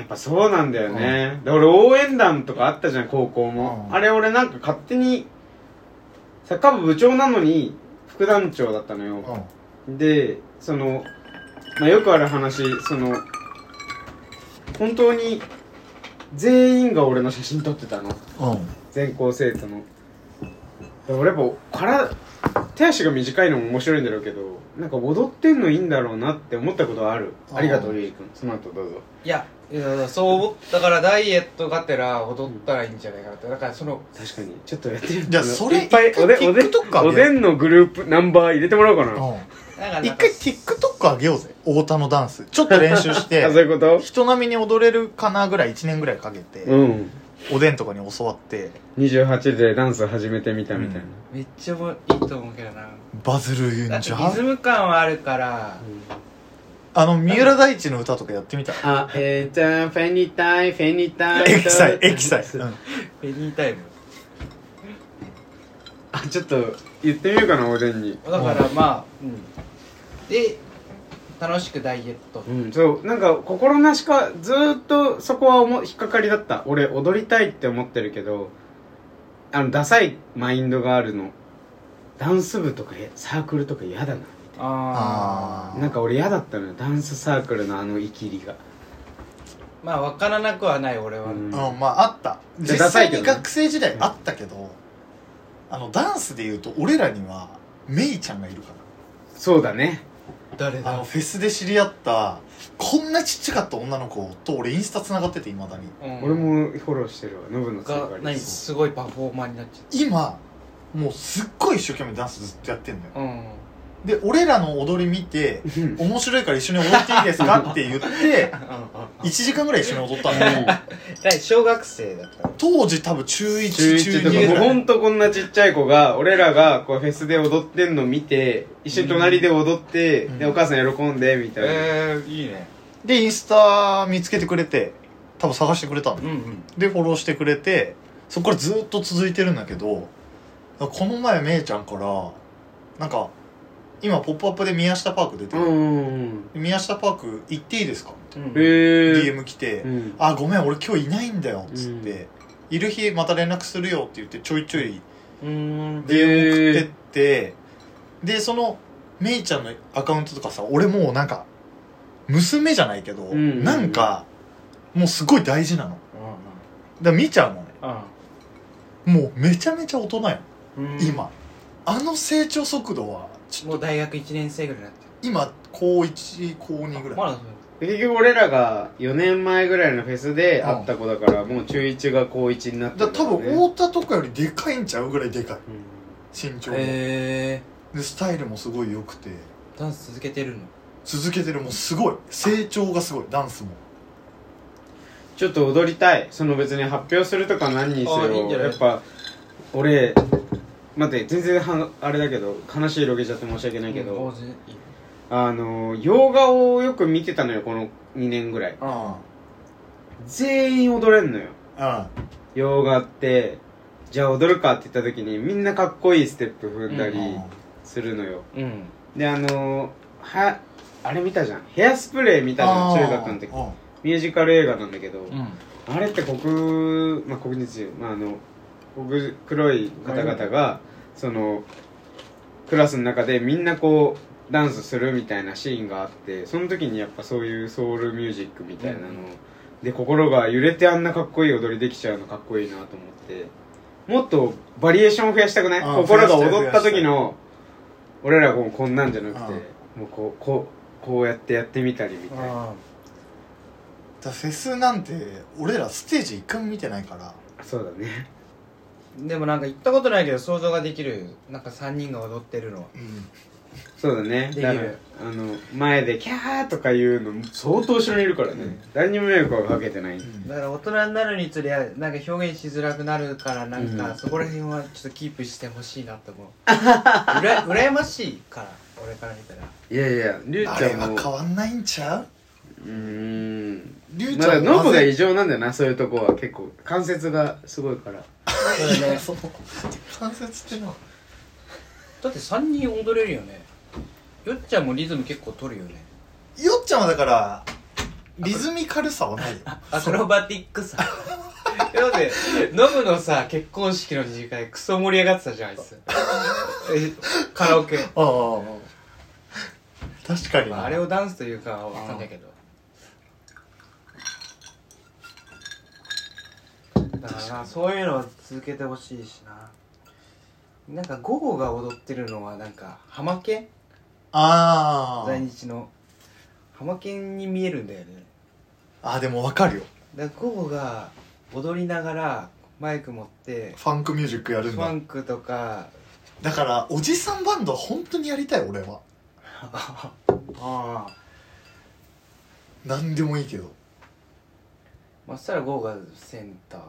やっぱそうなんだよね、で俺応援団とかあったじゃん高校も、
うん
あれ俺なんか勝手にサッカー部部長なのに副団長だったのよ、でその、まあ、よくある話その本当に全員が俺の写真撮ってたの
うんうん
全校生徒ので俺やっぱから手足が短いのも面白いんだろうけどなんか踊ってんのいいんだろうなって思ったことはある
あー
ありがとうゆういくんその後どうぞ
いやいやそう思ったからダイエットがてら踊ったらいいんじゃないかなってだからその
確かにちょっとやってみ
じゃあそれ
いっぱい
一回
おでおで
TikTok 上げ
おでんのグループナンバー入れてもらおうかなあ
だからなん
一
か
回 TikTok 上げようぜ太田のダンスちょっと練習し
そう
(laughs) て
いうこと
人並みに踊れるかなぐらい1年ぐらいかけて、
うん
おでんとかに教わって
28でダンス始めてみたみたいな、
うん
めっちゃもいいと思うけどな
バズる
だっ
ん
て
じ
リ
ゃ
ズム感はあるから
あの三浦大知の歌とかやってみた
あえー、じゃあフェニタイフェニタイ
エキサ (laughs) イエキサイ、うん
ベニータイム
あちょっと言ってみようかなおでんに
だからまあうんで楽しくダイエット
うん、そうなんか心なしかずーっとそこはおも引っかかりだった俺踊りたいって思ってるけどあのダサいマインドがあるのダンス部とかサークルとか嫌だなみたい
あ
あ
ななんか俺嫌だったのよダンスサークルのあのイキりが
ーまあ分からなくはない俺は、
うん
うんまああった
じゃあ
実
ダサい
際
けど
に
ね
学生時代あったけど、あのダンスでいうと俺らにはメイちゃんがいるから
そうだね
誰
あのフェスで知り合ったこんなちっちゃかった女の子と俺インスタつながってていまだに
うん
俺もフォローしてるわノブのつな
が
が
何
り
すごいパフォーマーになっちゃ
今もうすっごい一生懸命ダンスずっとやってんのよ
ったうん
で俺らの踊り見て
うん
(laughs) 面白いから一緒に踊っていいですかって
(laughs)
言って1時間ぐらい一緒に踊ったのよ
だい小学生だった
当時多分中1
中
中
1
2
とかも
ぐ
う
ら
ほ
い
んとこんなちっちゃい子が俺らがこうフェスで踊ってんの見て一緒に隣で踊って、
うん
でお母さん喜んでみたいな、
えー、いいね
でインスタ見つけてくれて多分探してくれたの
うんうん
でフォローしてくれてそこからずっと続いてるんだけどこの前めいちゃんからなんか今「ポップアップで宮下パーク出てる、
うん
宮下パーク行っていいですか?」って
へえ
DM 来て「
うん
あごめん俺今日いないんだよ」っつって、いる日また連絡するよ」って言ってちょいちょい
うん
へー
DM 送ってって、でそのめいちゃんのアカウントとかさ俺もうなんか娘じゃないけど、
んうんうん
なんかもうすごい大事なのだから見ちゃうのねもうめちゃめちゃ大人よ、
うん
今あの成長速度はちょ
もう大学1年生ぐらいになって
今高1高2ぐらい、
まだそ
結局俺らが4年前ぐらいのフェスで会った子だから、もう中1が高1になって
だ
る
から多分
多
太田とかよりでかいんちゃうぐらいでかい身長
う
も、
へえ
でスタイルもすごい良くて
ダンス続けてるの
続けてるもうすごい成長がすごいダンスも
ちょっと踊りたいその別に発表するとか何にせ
あーいいん
よ
じゃない
やっぱ俺待って全然はあれだけど話広げちゃって申し訳ないけど、
うんあ全然いい
あの洋画をよく見てたのよこの2年ぐらい
うん
全員踊れんのよ
うん
洋画ってじゃあ踊るかって言った時にみんなかっこいいステップ踏んだり
うん
するのよ、
うん
であのはあれ見たじゃんヘアスプレー見たじゃん中学の時
うん
ミュージカル映画なんだけど、
うん
あれって黒まあ黒人中まああの黒黒い方々がそのクラスの中でみんなこうダンスするみたいなシーンがあってその時にやっぱそういうソウルミュージックみたいなの、
うん
で心が揺れてあんなかっこいい踊りできちゃうのかっこいいなと思ってもっとバリエーション増やしたくない
あー
心が
増やしたい
踊った時の俺らこうこんなんじゃなくて
あ
もうこうこうこうやってやってみたりみたいな
あ
だからフェスなんて俺らステージ一回も見てないから
そうだね
でもなんか行ったことないけど想像ができるなんか3人が踊ってるのは
うん
そうだね
できる
だからあの前でキャーとか言うの相当後ろにいるからね、
うん
誰にも迷惑はかけてない、
だから大人になるにつれなんか表現しづらくなるからなん
う
か
ん
そこら辺はちょっとキープしてほしいなと思ううら羨ましいから俺から見たら
いやいやりゅう
あ
ち
れ
ゃん
は
も
変わんないんちゃう
うーん
りゅう
ま
ちゃ
だ
ん
ノブが
い
異常なんだよなそういうとこは結構関節がすごいから
そうだね
(laughs)
そう関節ってのは
だって3人踊れるよねよっちゃんもリズム結構取るよね
よっちゃんはだからリズミカルさはないよ
アクロバティッ (laughs) クさだってノブのさ結婚式の二次会クソ盛り上がってたじゃんあいつえカラオケ
ああ確かに
まあ、あれをダンスというかは分かんないけどだからなそういうのは続けてほしいしななんか午後が踊ってるのはなんかハマケン
あ
在日のハマケンに見えるんだよね
ああでもわかるよ
だから午後が踊りながらマイク持って
ファンクミュージックや
フ
るん
ァ
だ
ンクとか
だからおじさんバンドは本当にやりたい俺は
ああ
何でもいいけど
まあそしたら午後がセンターか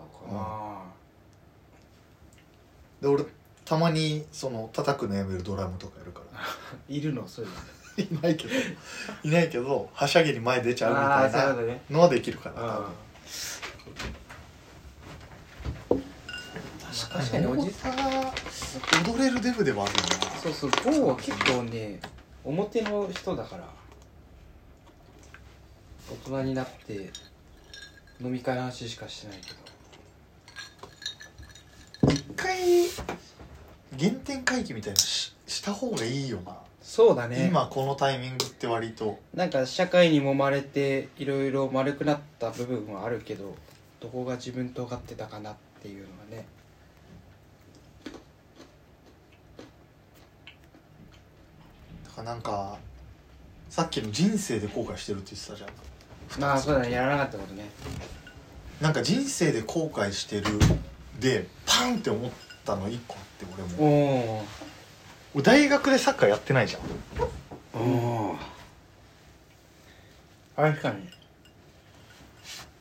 で俺たまにその叩くのやめるドラムとかやるから (laughs)
な、いるのそういうの
いないけどいないけどはしゃぎに前出ちゃうみ
ああそう
た
いう
い
ことね
なのはできるから多分
確かにおじさん
さん踊れるデブではあるよ
そうそうゴーは結構ね表の人だから大人になって飲み会の話しかしてないけど
な一回原点回帰みたいなしした方がいいよな、
そうだね
今このタイミングって割と
なんか社会に揉まれていろいろ丸くなった部分はあるけどどこが自分とがってたかなっていうのがね
だからなんかさっきの人生で後悔してるって言ってたじゃん
まあそうだねやらなかったことね
なんか人生で後悔してるでパンって思ったの一個あって俺も
おお
俺大学でサッカーやってないじゃん
お
確かに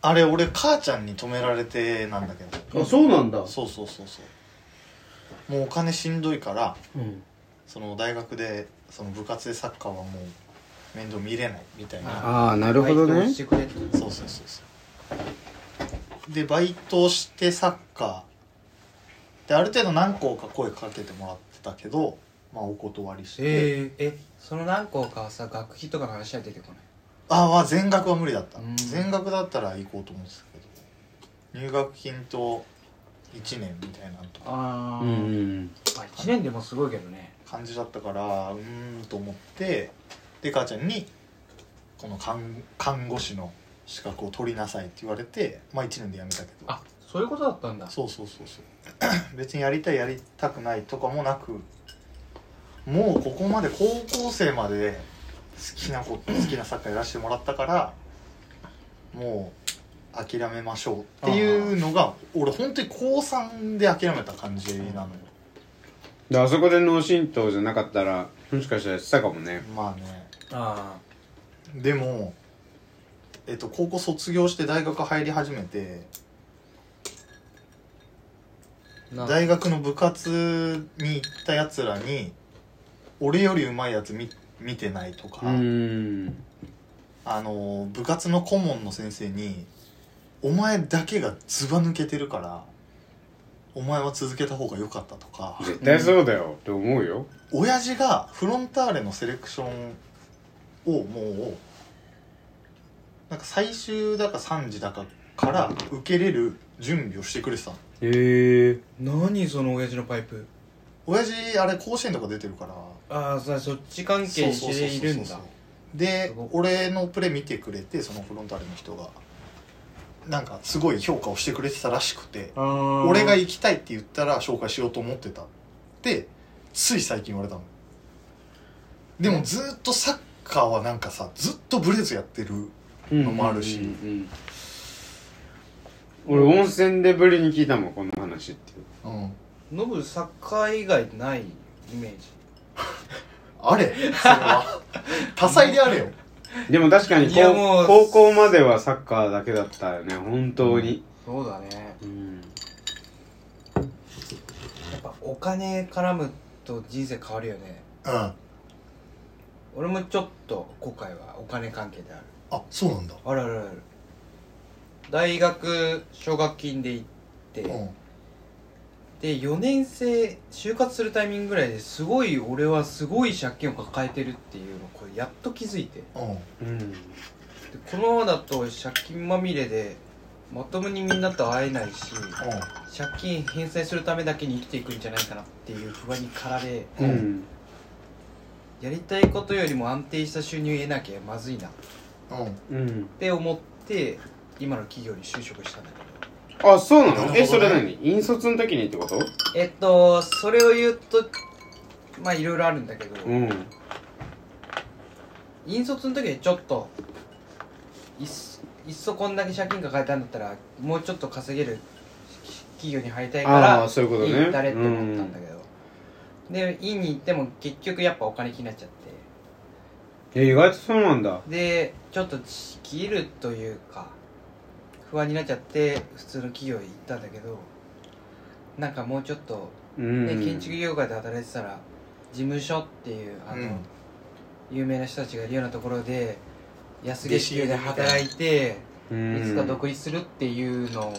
あれ俺母ちゃんに止められてなんだけど
あそうなんだ
そうそうそうそうもうお金しんどいから
うん
その大学でその部活でサッカーはもう面倒見れないみたいな
ああなるほどね
してくれって
そうそうそうそうでバイトをしてサッカーである程度何校か声かけてもらってたけどまあお断りして、
え
えその何校かはさ学費とかの話は出てこない
ああまあ全額は無理だった
うん
全額だったら行こうと思ってたけど入学金と1年みたいなのとか
あ
うんうん
あ1年でもすごいけどね
感じだったからうーんと思ってで母ちゃんにこの看看護師の資格を取りなさいって言われてまあ1年で辞めたけど
あそういうことだったんだ
そうそうそうそう (coughs) 別にやりたいやりたくないとかもなくもうここまで高校生まで好き
(coughs)
なこと好きなサッカーやらせてもらったからもう諦めましょうっていうのが俺本当に高3で諦めた感じなのよ
であそこで脳震盪じゃなかったらもしかしたらしてたかもね
まあね
あ
でも、えっと、高校卒業して大学入り始めて
あな
大学の部活に行ったやつらに俺より上手いやつ見見てないとか、
うん
あの部活の顧問の先生に「お前だけがずば抜けてるからお前は続けた方が良かった」とか
絶対そうだよって思うよ
親父がフロンターレのセレクションをもうなんか最終だか3次だかから受けれる準備をしてくれてたの
へえ
何その親父のパイプ
親父あれ甲子園とか出てるから
ああそそっち関係しているん
そうそうそうそ
だ
うです
ごい
俺のプレー見てくれてそのフロンターレの人がなんかすごい評価をしてくれてたらしくて俺
俺
が行きたいって言ったら紹介しようと思ってたってつい最近言われたのでもずっとサッカーはなんかさずっとブレずやってる
の
もあるし
俺温泉でぶりに聞いたもんこの話っていう
うん
ノブサッカー以外ないイメージ
あれそれは (laughs) 多彩であれよ
でも確かに
いや
こ
も
う
う
高校まではサッカーだけだったよね本当に
そうだね
うん
やっぱお金絡むと人生変わるよね
うんあ
俺もちょっと後悔はお金関係である
そうなんだ
あるあるある大学奨学金で行って、
うん
で4年生就活するタイミングぐらいですごい俺はすごい借金を抱えてるっていうのをこれやっと気づいてで
うん
うん
このままだと借金まみれでまともにみんなと会えないし借金返済するためだけに生きていくんじゃないかなっていう不安に駆られ
う
うん
ん
やりたいことよりも安定した収入を得なきゃまずいなっ
うんうん
うん
て思って今の企業に就職したんだけど
あそうな
なるほ
の
どね
えそれ何引率の時にってこと
えっとそれを言うとまあいろいろあるんだけど、
うん
引率の時にちょっといっそいっそこんだけ借金抱えたんだったらもうちょっと稼げる企業に入りたいか
あ
ら
あそういうことね
院行ったれって思ったんだけど、で院に行っても結局やっぱお金気になっちゃって
え意外とそうなんだ
でちょっとち切るというか不安になっちゃって普通の企業に行ったんだけどなんかもうちょっと
うん
ね、建築業界で働いてたら事務所っていうあの、
うん
有名な人たちがいるようなところで安月給で働いてい
い
つか独立するっていうのを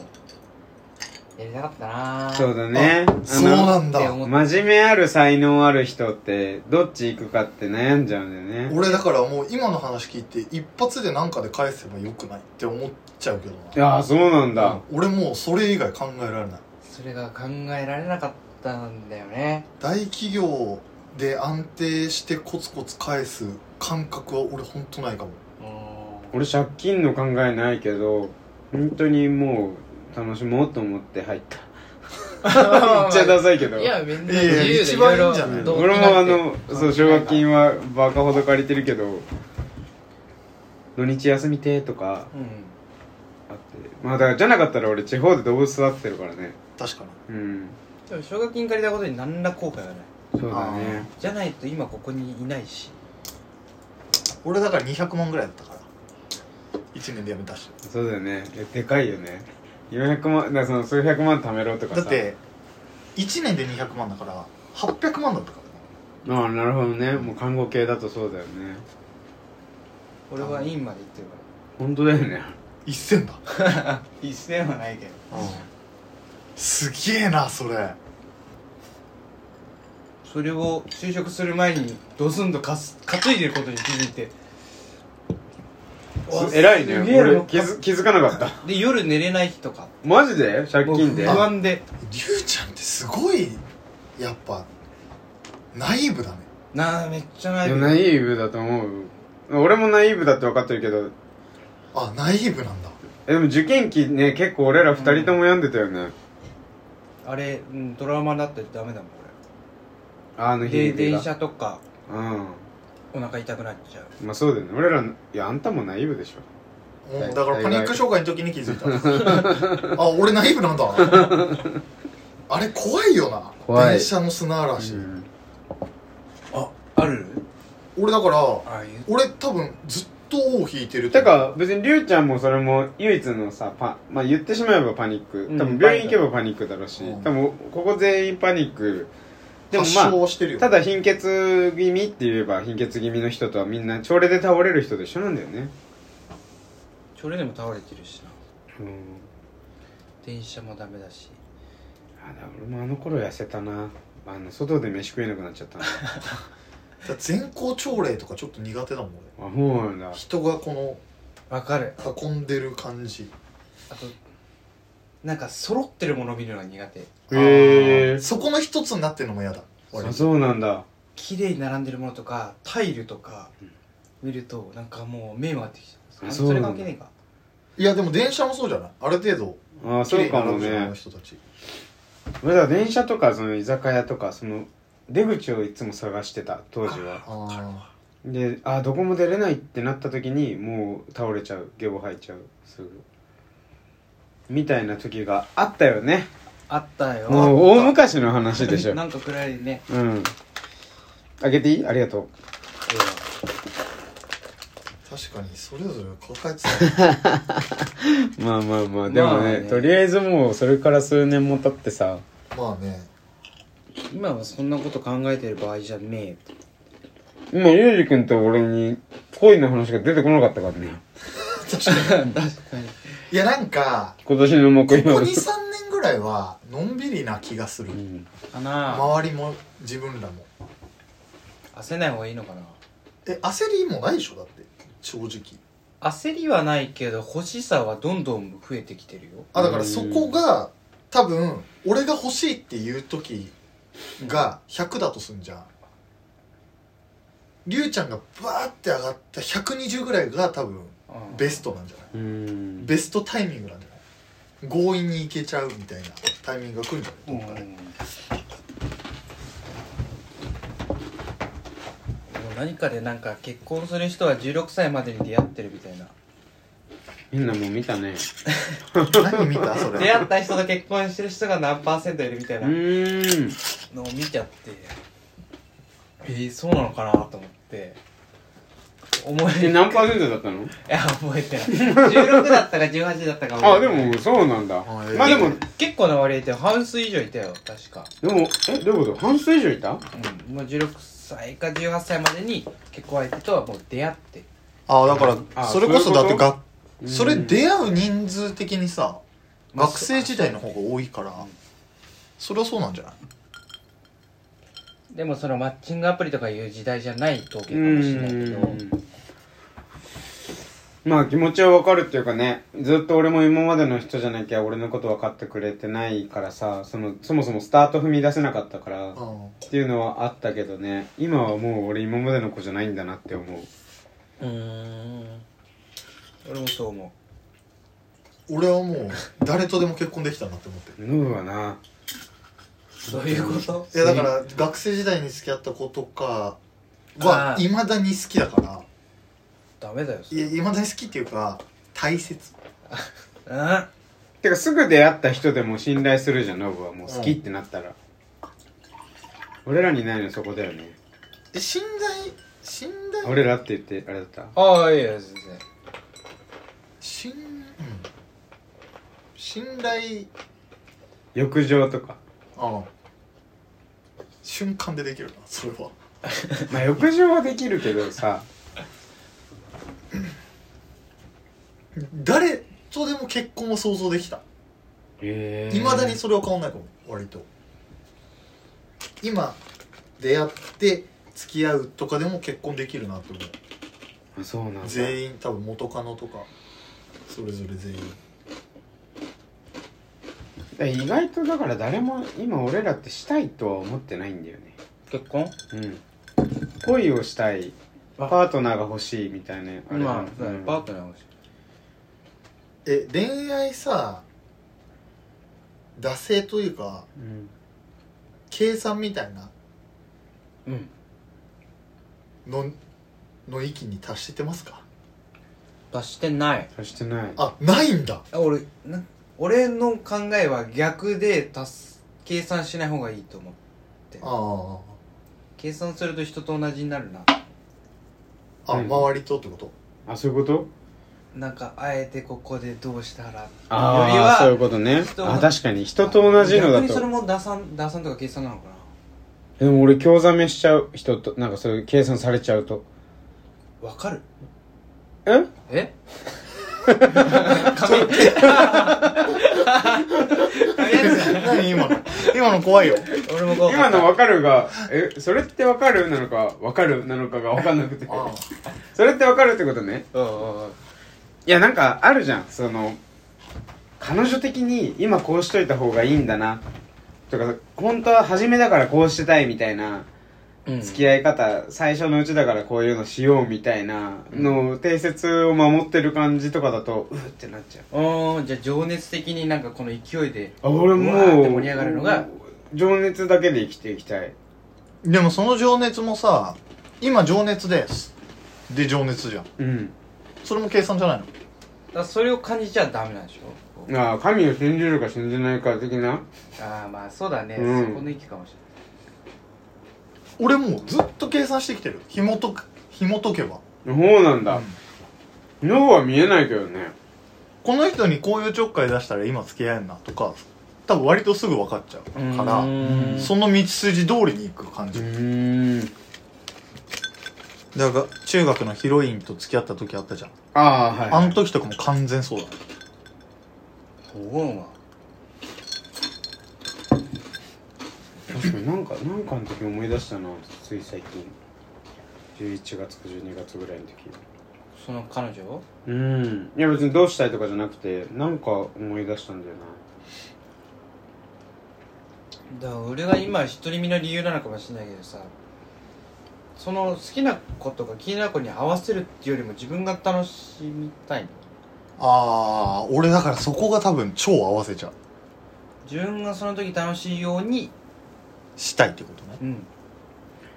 やりたかったなぁ
そうだねあの
そうなんだ
って思って
真面目ある才能ある人ってどっち行くかって悩んじゃうんだよね
俺だからもう今の話聞いて一発で何かで返せばよくないって思っちゃうけど
いやーそうなん
な
だ
俺もうそれ以外考えられない
それが考えられなかっ
ったんだよね
大企業で安定してコツコツ返す感覚は俺ほんとないかも
うん
俺借金の考えないけど本当にもう楽しもうと思って入った言っちゃダサいけど
いやみんない
やいや
自由で
一
いろ
番
い
いいん
ろ
じゃない
動機
俺
だって
もあのそう奨学金はバカほど借りてるけど土日休みてとか
うん
あってまあだからじゃなかったら俺地方で動物育ててるからね
確かに
うん
でも奨学金借りたことに何ら後悔はない
そうだね
じゃないと今ここにいないし
俺だから200万ぐらいだったから1年で辞めたし
そうだよねいやでかいよね400万だからその数百万貯めろとか
だ
さ
って1年で200万だから800万だったからね
ああなるほどねもう看護系だとそうだよね
俺は院まで行ってるか
本当だよね
1000だ、
(laughs)
ら一銭はないけど
すげえなそれ
それを就職する前にドスンとかす担いでることに気づいて
す偉いね
すげえな
俺気づ気づかなかった
で夜寝れない日とか
マジで借
もう
金で
不安で
リュウちゃんってすごいやっぱナイーブだね
なあめっちゃないい
やナイーブだと思う俺もナイーブだって分かってるけど
あナイーブなんだ
えでも受験期ね結構俺ら二人とも読んでたよね、
あれ、うん、ドラマだったらダメだもん
あの
俺
日
で
々が
電車とか
う
お腹痛くなっちゃうん
まあそうだよね俺らいやあんたもナイーブでしょ
うん
はい
だからパニック障害の時に気づいた (laughs) あ俺ナイーブな
(laughs)
んだあれ怖いよな
怖い
電車の砂嵐、
あある
俺だから
ああいう
俺多分ずっと尾を引いてる
てか別にりゅうちゃんもそれも唯一のさパまあ言ってしまえばパニック
うん
多分病院行けばパニックだろうし、
うん
多分ここ全員パニックでも
発
ま
症
あ
はしてるよ、
ただ貧血気味って言えば貧血気味の人とはみんな朝礼で倒れる人と一緒なんだよね
それでも倒れてるしな
うん
電車もダメだし
あだから俺もあの頃痩せたなあの外で飯食えなくなっちゃったな
だから全校朝礼とかちょっと苦手だもん
あもうなんだ
俺人がこ
わかる
の囲んでる感じ
あとなんか揃ってるもの見るのが苦手
へ
あ
え
ーそこの一つになってるのも嫌だ俺
あそうなんだ
綺麗に並んでるものとかタイルとか見るとなんかもう目回ってきちゃう
あ
そ
そう
れ
なんだ
関係ないか
いやでも電車もそうじゃないある程度
ああ
綺
そ
麗
う
に
かも
並ぶじゃんあ
ね
の人たち
俺だから電車とかその居酒屋とかその出口をいつも探してた当時は
あ
であどこも出れないってなった時にもう倒れちゃうゲボ吐いちゃうすぐみたいな時があったよね
あったよ
もう大昔の話でしょ
なんか暗いね
うんあげていいありがと
ー確かにそれぞれ抱えてた
うまあまあまあでもね,、
まあね
とりあえずもうそれから数年も経ってさ
まあね
今はそんなこと考えてる場合じゃねえって (laughs)
今ゆうじくんと俺に恋の話が出てこなかったからね
いやなんか
今年の目
ここ
標
23年ぐらいはのんびりな気がする
うん
かな
周りも自分らも
焦んない方がいいのかな
え焦りもないでしょだって正直
焦りはないけど欲しさはどんどん増えてきてるよ
あだからそこが多分俺が欲しいっていう時が100だとすんじゃんりゅうちゃんがバーって上がった120ぐらいが多分
うん
ベストなんじゃない
うん
ベストタイミングなんじゃない強引にいけちゃうみたいなタイミングが来るんじゃ
う
ない
ん
どっかで
何かでなんか結婚する人は16歳までに出会ってるみたいな
変なもん見たね
何見たそれ
出会った人と結婚してる人が何パーセントいるみたいうな
ーん
のを見ちゃってえー、そうなのかなと思って思え
え何パーセントだったの
いや覚えてない16だったか18だったか
あ
覚
で
えてない
もそうなんだ
あええ
まあでも
結構な割合で半数以上いたよ確か
でもえどういうこと半数以上いた
うんもう16歳か18歳までに結婚相手とはもう出会って
あだから
あ
それこ
そうい
そ
う
だ
こ
っ
と
てが
うん
それ出会う人数的にさ
まあ
学生時代の方が多いからそれはそうなんじゃない
でもそのマッチングアプリとかいう時代じゃない統計
う
かもしれないけ
ー
ど
んまあ気持ちはわかるっていうかねずっと俺も今までの人じゃなきゃ俺のこと分かってくれてないからさそのそもそもスタート踏み出せなかったからっ
あ
ていうのはあったけどね今はもう俺今までの子じゃないんだなって思う
うん俺もそう思
俺はもう誰とでも結婚できたなって思ってる
ノブはな
うどういうこと
いやだから学生時代に付き合った子とか
あ
は
ー
いまだに好きだから
ダメだよそれ
いまだに好きっていうか大切
うん
てかすぐ出会った人でも信頼するじゃんノブはもう好きってなったら、俺らにないのそこだよね
え信頼信頼
俺らって言ってあれだった
ああいや全然
信うん信頼
浴場とか
ああ瞬間でできるなそれは
まあ浴場はできるけどさ
誰とでも結婚は想像できた
へ
いまだにそれは変わんないかも割と今出会って付き合うとかでも結婚できるなって思う
あそうなんだ
全員多分元カノとかそれぞれ全員
意外とだから誰も今俺らってしたいとは思ってないんだよね
結婚
うん恋をしたいパートナーが欲しいみたいなあれだ
まあ
う
そうだ
ん
ねパートナー欲しい
え恋愛さ惰性というか
うん
計算みたいな
うん
のの域に達してますか
達してない
そしてない
あないんだ
あ俺な俺の考えは逆で足す計算しない方がいいと思う
あ
計算すると人と同じになるな
ああ、
うん
周りとってこと
あそういうこと
なんかあえてここでどうしたらより
ああそういうこ
は
とね
人
あ確かに人と同じのだ
逆にそれ
と
も打算打算とか計算なのかな
でも俺興ざめしちゃう人となんかそういう計算されちゃうと
わかる
え
え髪
(laughs) 何今の今の怖いよ
俺もこう
今の「分かる」が「えそれって分かる?」なのか「分かる」なのかが分かんなくて
あ
それって分かるってことね
うんうんうん
いやなんかあるじゃんその彼女的に今こうしといた方がいいんだなとか本当は初めだからこうしてたいみたいな
うん
付き合い方、最初のうちだからこういうのしようみたいなのを定説を守ってる感じとかだとうーってなっちゃう
おーじゃあ情熱的になんかこの勢いで
あ俺
もうわーって盛り上がるのが
情熱だけで生きていきたい
あでもその情熱もさ今情熱ですで情熱じゃん
うん
それも計算じゃないの
だからそれを感じちゃダメなんでしょ
ああ神を信じるか信じないか的な
ああまあそうだね、
うん
そこの域かもし
俺もうずっと計算してきてる紐解く紐解けば、
そうなんだ
うん、
脳は見えないけどね
この人にこういうちょっかい出したら今付き合えんなとか多分割とすぐ分かっちゃ
れないう
から
ーん
その道筋通りに行く感
う
じ
ーん
だから中学のヒロインと付き合った時あったじゃん
ああはい
あの時とかも完全そうだね
そう
確かになんかなんかの時思い出したなつい最近11月か12月ぐらいの時
その彼女
うんいや別にどうしたいとかじゃなくてなんか思い出したんだよ
だから俺が今独り身の理由なのかもしれないけどさその好きな子とか気になる子に合わせるっていうよりも自分が楽しみたいの
ああ俺だからそこが多分超合わせちゃう
自分がその時楽しいように
したいってことね
うん
な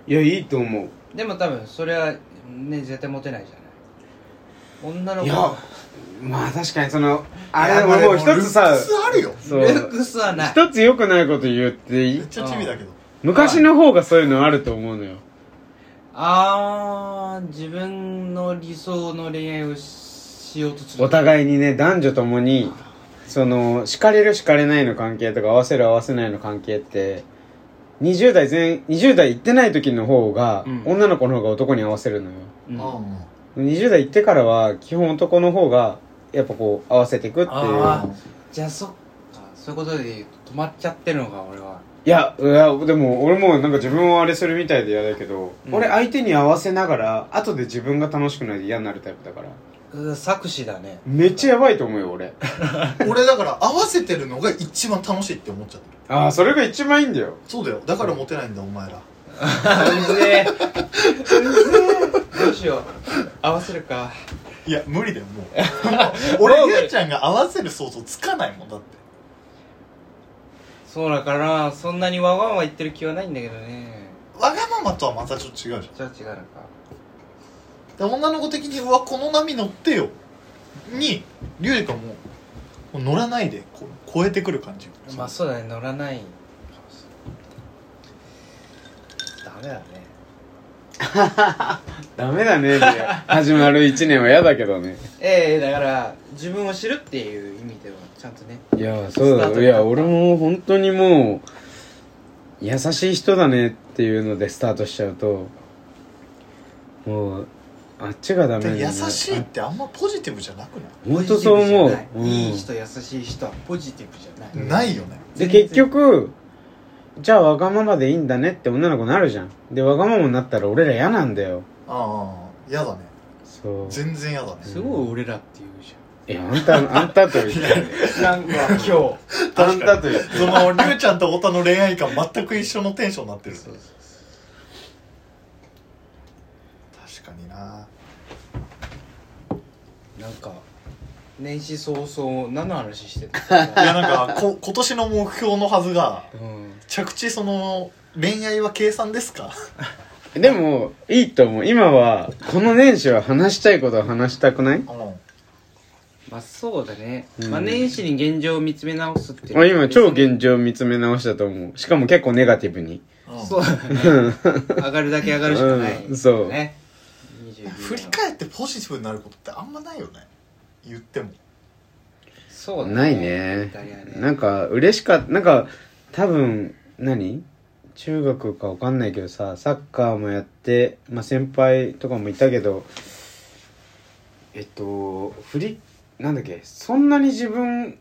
いやいいと思
でも多分それはね絶対モテないじゃない女の
うい
子
やまあ確かにそのあれ
いやま
もう一つさ
ルックスあるよ
そ
ル (laughs) ッ
う
クスはない
一つ良くないこと言うってい
め
い
っちゃチビだけど
昔の方がそういうのあると思うのよ
あー自分の理想の恋愛をしようとする
お互いにね男女ともにその敷かれる敷かれないの関係とか合わせる合わせないの関係って20代前20代行ってない時の方が、
うん
女の子の方が男に合わせるのよ
うん
20代行ってからは基本男の方がやっぱこう合わせていくっていう
あーじゃあそっかそういうことで言うと止まっちゃってるのか俺はい
やいやでも俺もなんか自分をあれするみたいで嫌だけど、
うん
俺相手に合わせながら後で自分が楽しくないで嫌になるタイプだから
うん作詞だね
めっちゃやばいと思うよ
(laughs)
俺
俺だから合わせてるのが一番楽しいって思っちゃってる
ああそれが一番いいんだよ
そうだよだからモテないんだお前ら
どうしよう合わせるか
いや無理だよもう (laughs) 俺ゆうちゃんが合わせる想像つかないもんだって
そうだからそんなにわがまま言ってる気はないんだけどね
わがままとはまたちょっと違うじ
じゃあ違うのか
ゃんで女の子的に「うわこの波乗ってよ」にリュウジ君ももう乗らないでこう超えてくる感じ
まあそうだね乗らないかもしれないダメだね
ダメだ
(laughs)
ねで始まる一年は嫌だけどね
ええだから自分を知るっていう意味ではちゃんとね
いやそう
スタート
だ
に
いや俺も本当にもう優しい人だねっていうのでスタートしちゃうともうあっちがダメ
で
な
も
んだ
優しいってあんまポジティブじゃなくな
本当そう思
ポジ
う
ティ、ブ
うん
じゃないいい人優しい人ポジティブじゃない、
い、ないよね
で結局じゃあわがままでいいんだねって女の子なるじゃんでわがままになったら俺ら嫌なんだよ
ああ嫌だね
そう
全然嫌だね
すごい俺らっていうじ
いやあんたあんたと言って
ゃんなんか今日そ
あんたと言って
そのリュウちゃんと太田の恋愛感全く一緒のテンションになってる
うそう
確かにな
なんか年始早々何の話してた
いやなんかこ今年の目標のはずが
うん
着地その恋愛は計算ですか
でもいいと思う今はこの年始は話したいことは話したくない
うん
まあそうだね、
うん
まあ年始に現状を見つめ直すっていうの
あ
は
今超現状を見つめ直したと思うしかも結構ネガティブに
そうだね
(laughs)
上がるだけ上がるしかない、
うんそう
ね22
振り返ってポジティブになることってあんまないよね言っても
そうだね
ないね
イタリアね
なんか嬉しかったなんか多分何中学かわかんないけどさサッカーもやって、まあ、先輩とかもいたけどえっと振りなんだっけそんなに自分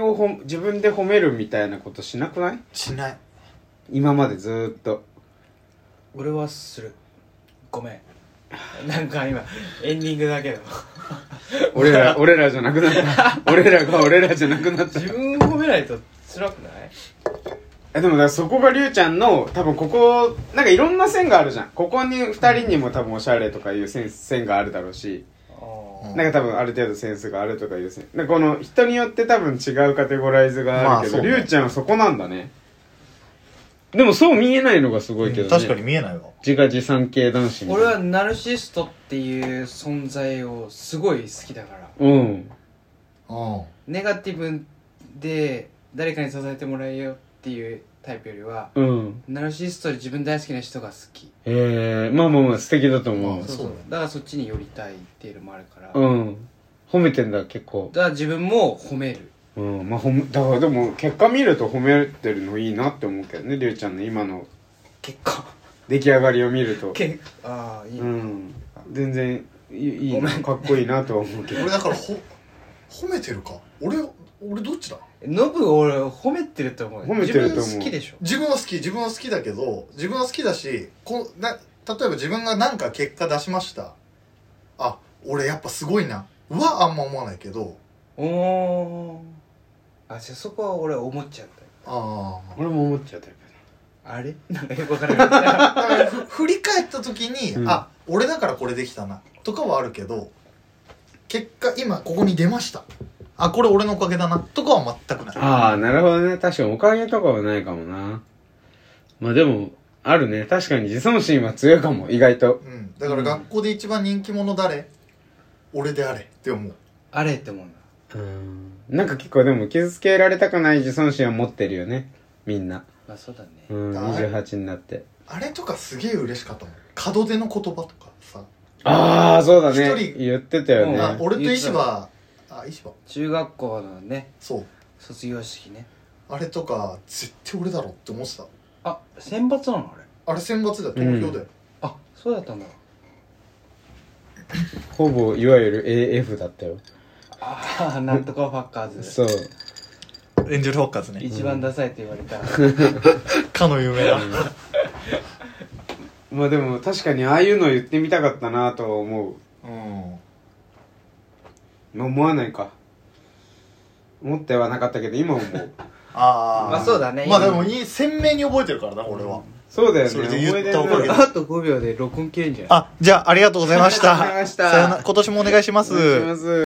をほ自分で褒めるみたいなことしなくない
しない
今までずーっと
俺はするごめんなんか今エンディングだけど
俺
(laughs)
ら俺らじゃなくなった俺らが俺らじゃなくなった
自分を褒めないと辛くない
えでもだからそこがりゅうちゃんの多分ここなんかいろんな線があるじゃんここに2人にも多分おしゃれとかいう線線があるだろうし
あ
なんか多分ある程度センスがあるとかいう線なんかこの人によって多分違うカテゴライズがあるけど
まあそう
りゅう
ね
ちゃんはそこなんだねでもそう見えないのがすごいけどね
確かに見えないわ
自画自賛系男子
ー
みたい
俺
な
はナルシストっていう存在をすごい好きだから
うん
う
ネガティブで誰かに支えてもらえようっていうタイプよりは
うん
ナルシストで自分大好きな人が好き
えー、まあまあまあ素敵だと思う
まあ
そう
そ
そうう
だね
だからそっちに寄りたいっていうのもあるから、
う
だか
ん褒めてんだ結構
ら自分も褒める
うんまあ、ほんだからでも結果見ると褒めてるのいいなって思うけどねりゅうちゃんの今の
結果
出来上がりを見ると
結果ああいい、
うん全然いいいい
ご
な
めん
かっこいいなとは思うけ
(laughs) ん
ど
俺だからほ褒めてるか俺俺どっちだ
ノブ俺褒めてると思うよ
褒めてると思う
自分好きでしょ
自分は好き自分は好きだけど自分は好きだしこな例えば自分が何か結果出しましたあ俺やっぱすごいなはあんま思わないけど
おおーあじゃあそこは俺思っちゃったよ
ああ
俺も思っちゃったけ
あれ (laughs) なんかよくわからない
(laughs)
(laughs)
ふ振り返った時に、
うん
あ俺だからこれできたなとかはあるけど結果今ここに出ましたあこれ俺のおかげだなとかは全くない
どああなるほどね確かにおかげとかはないかもなまあでもあるね確かに自尊心は強いかも意外と
うん、だから
うん
学校で一番人気者誰、俺であれって思う
あれって思うんだ
うんなんか結構でも傷つけられたくない自尊心は持ってるよねみんな
まあそうだね、
うん
あれ
28になって
あれとかすげえ嬉しかったもん門出の言葉とかさ、
ああそうだね
一人
言ってたよね
うん
あ俺と
言ってた
石破あ石破
中学校のね
そう
卒業式ね
あれとか絶対俺だろって思ってた
あ選抜なのあれ
あれ選抜だよ東京だよ、
あそうだったんだ
ほぼいわゆる AF だったよ
ああなんとかファッカーズ
そう
エンジェルフォッカーズ
一番ダサいって言われた、
かの有名な
まあでも確かにああいうの言ってみたかったなとは思う
うん
まあ思わないか思ってはなかったけど今思う
ああ
まあそうだね
まあでもいい鮮明に覚えてるからな俺は、
そうだよね
それで言った
思い出になる
覚えが
あと5秒で録音切れんじゃん
あじじゃあありがとうございました
ありがとうございました
さよな今年もお願いしま
お願いします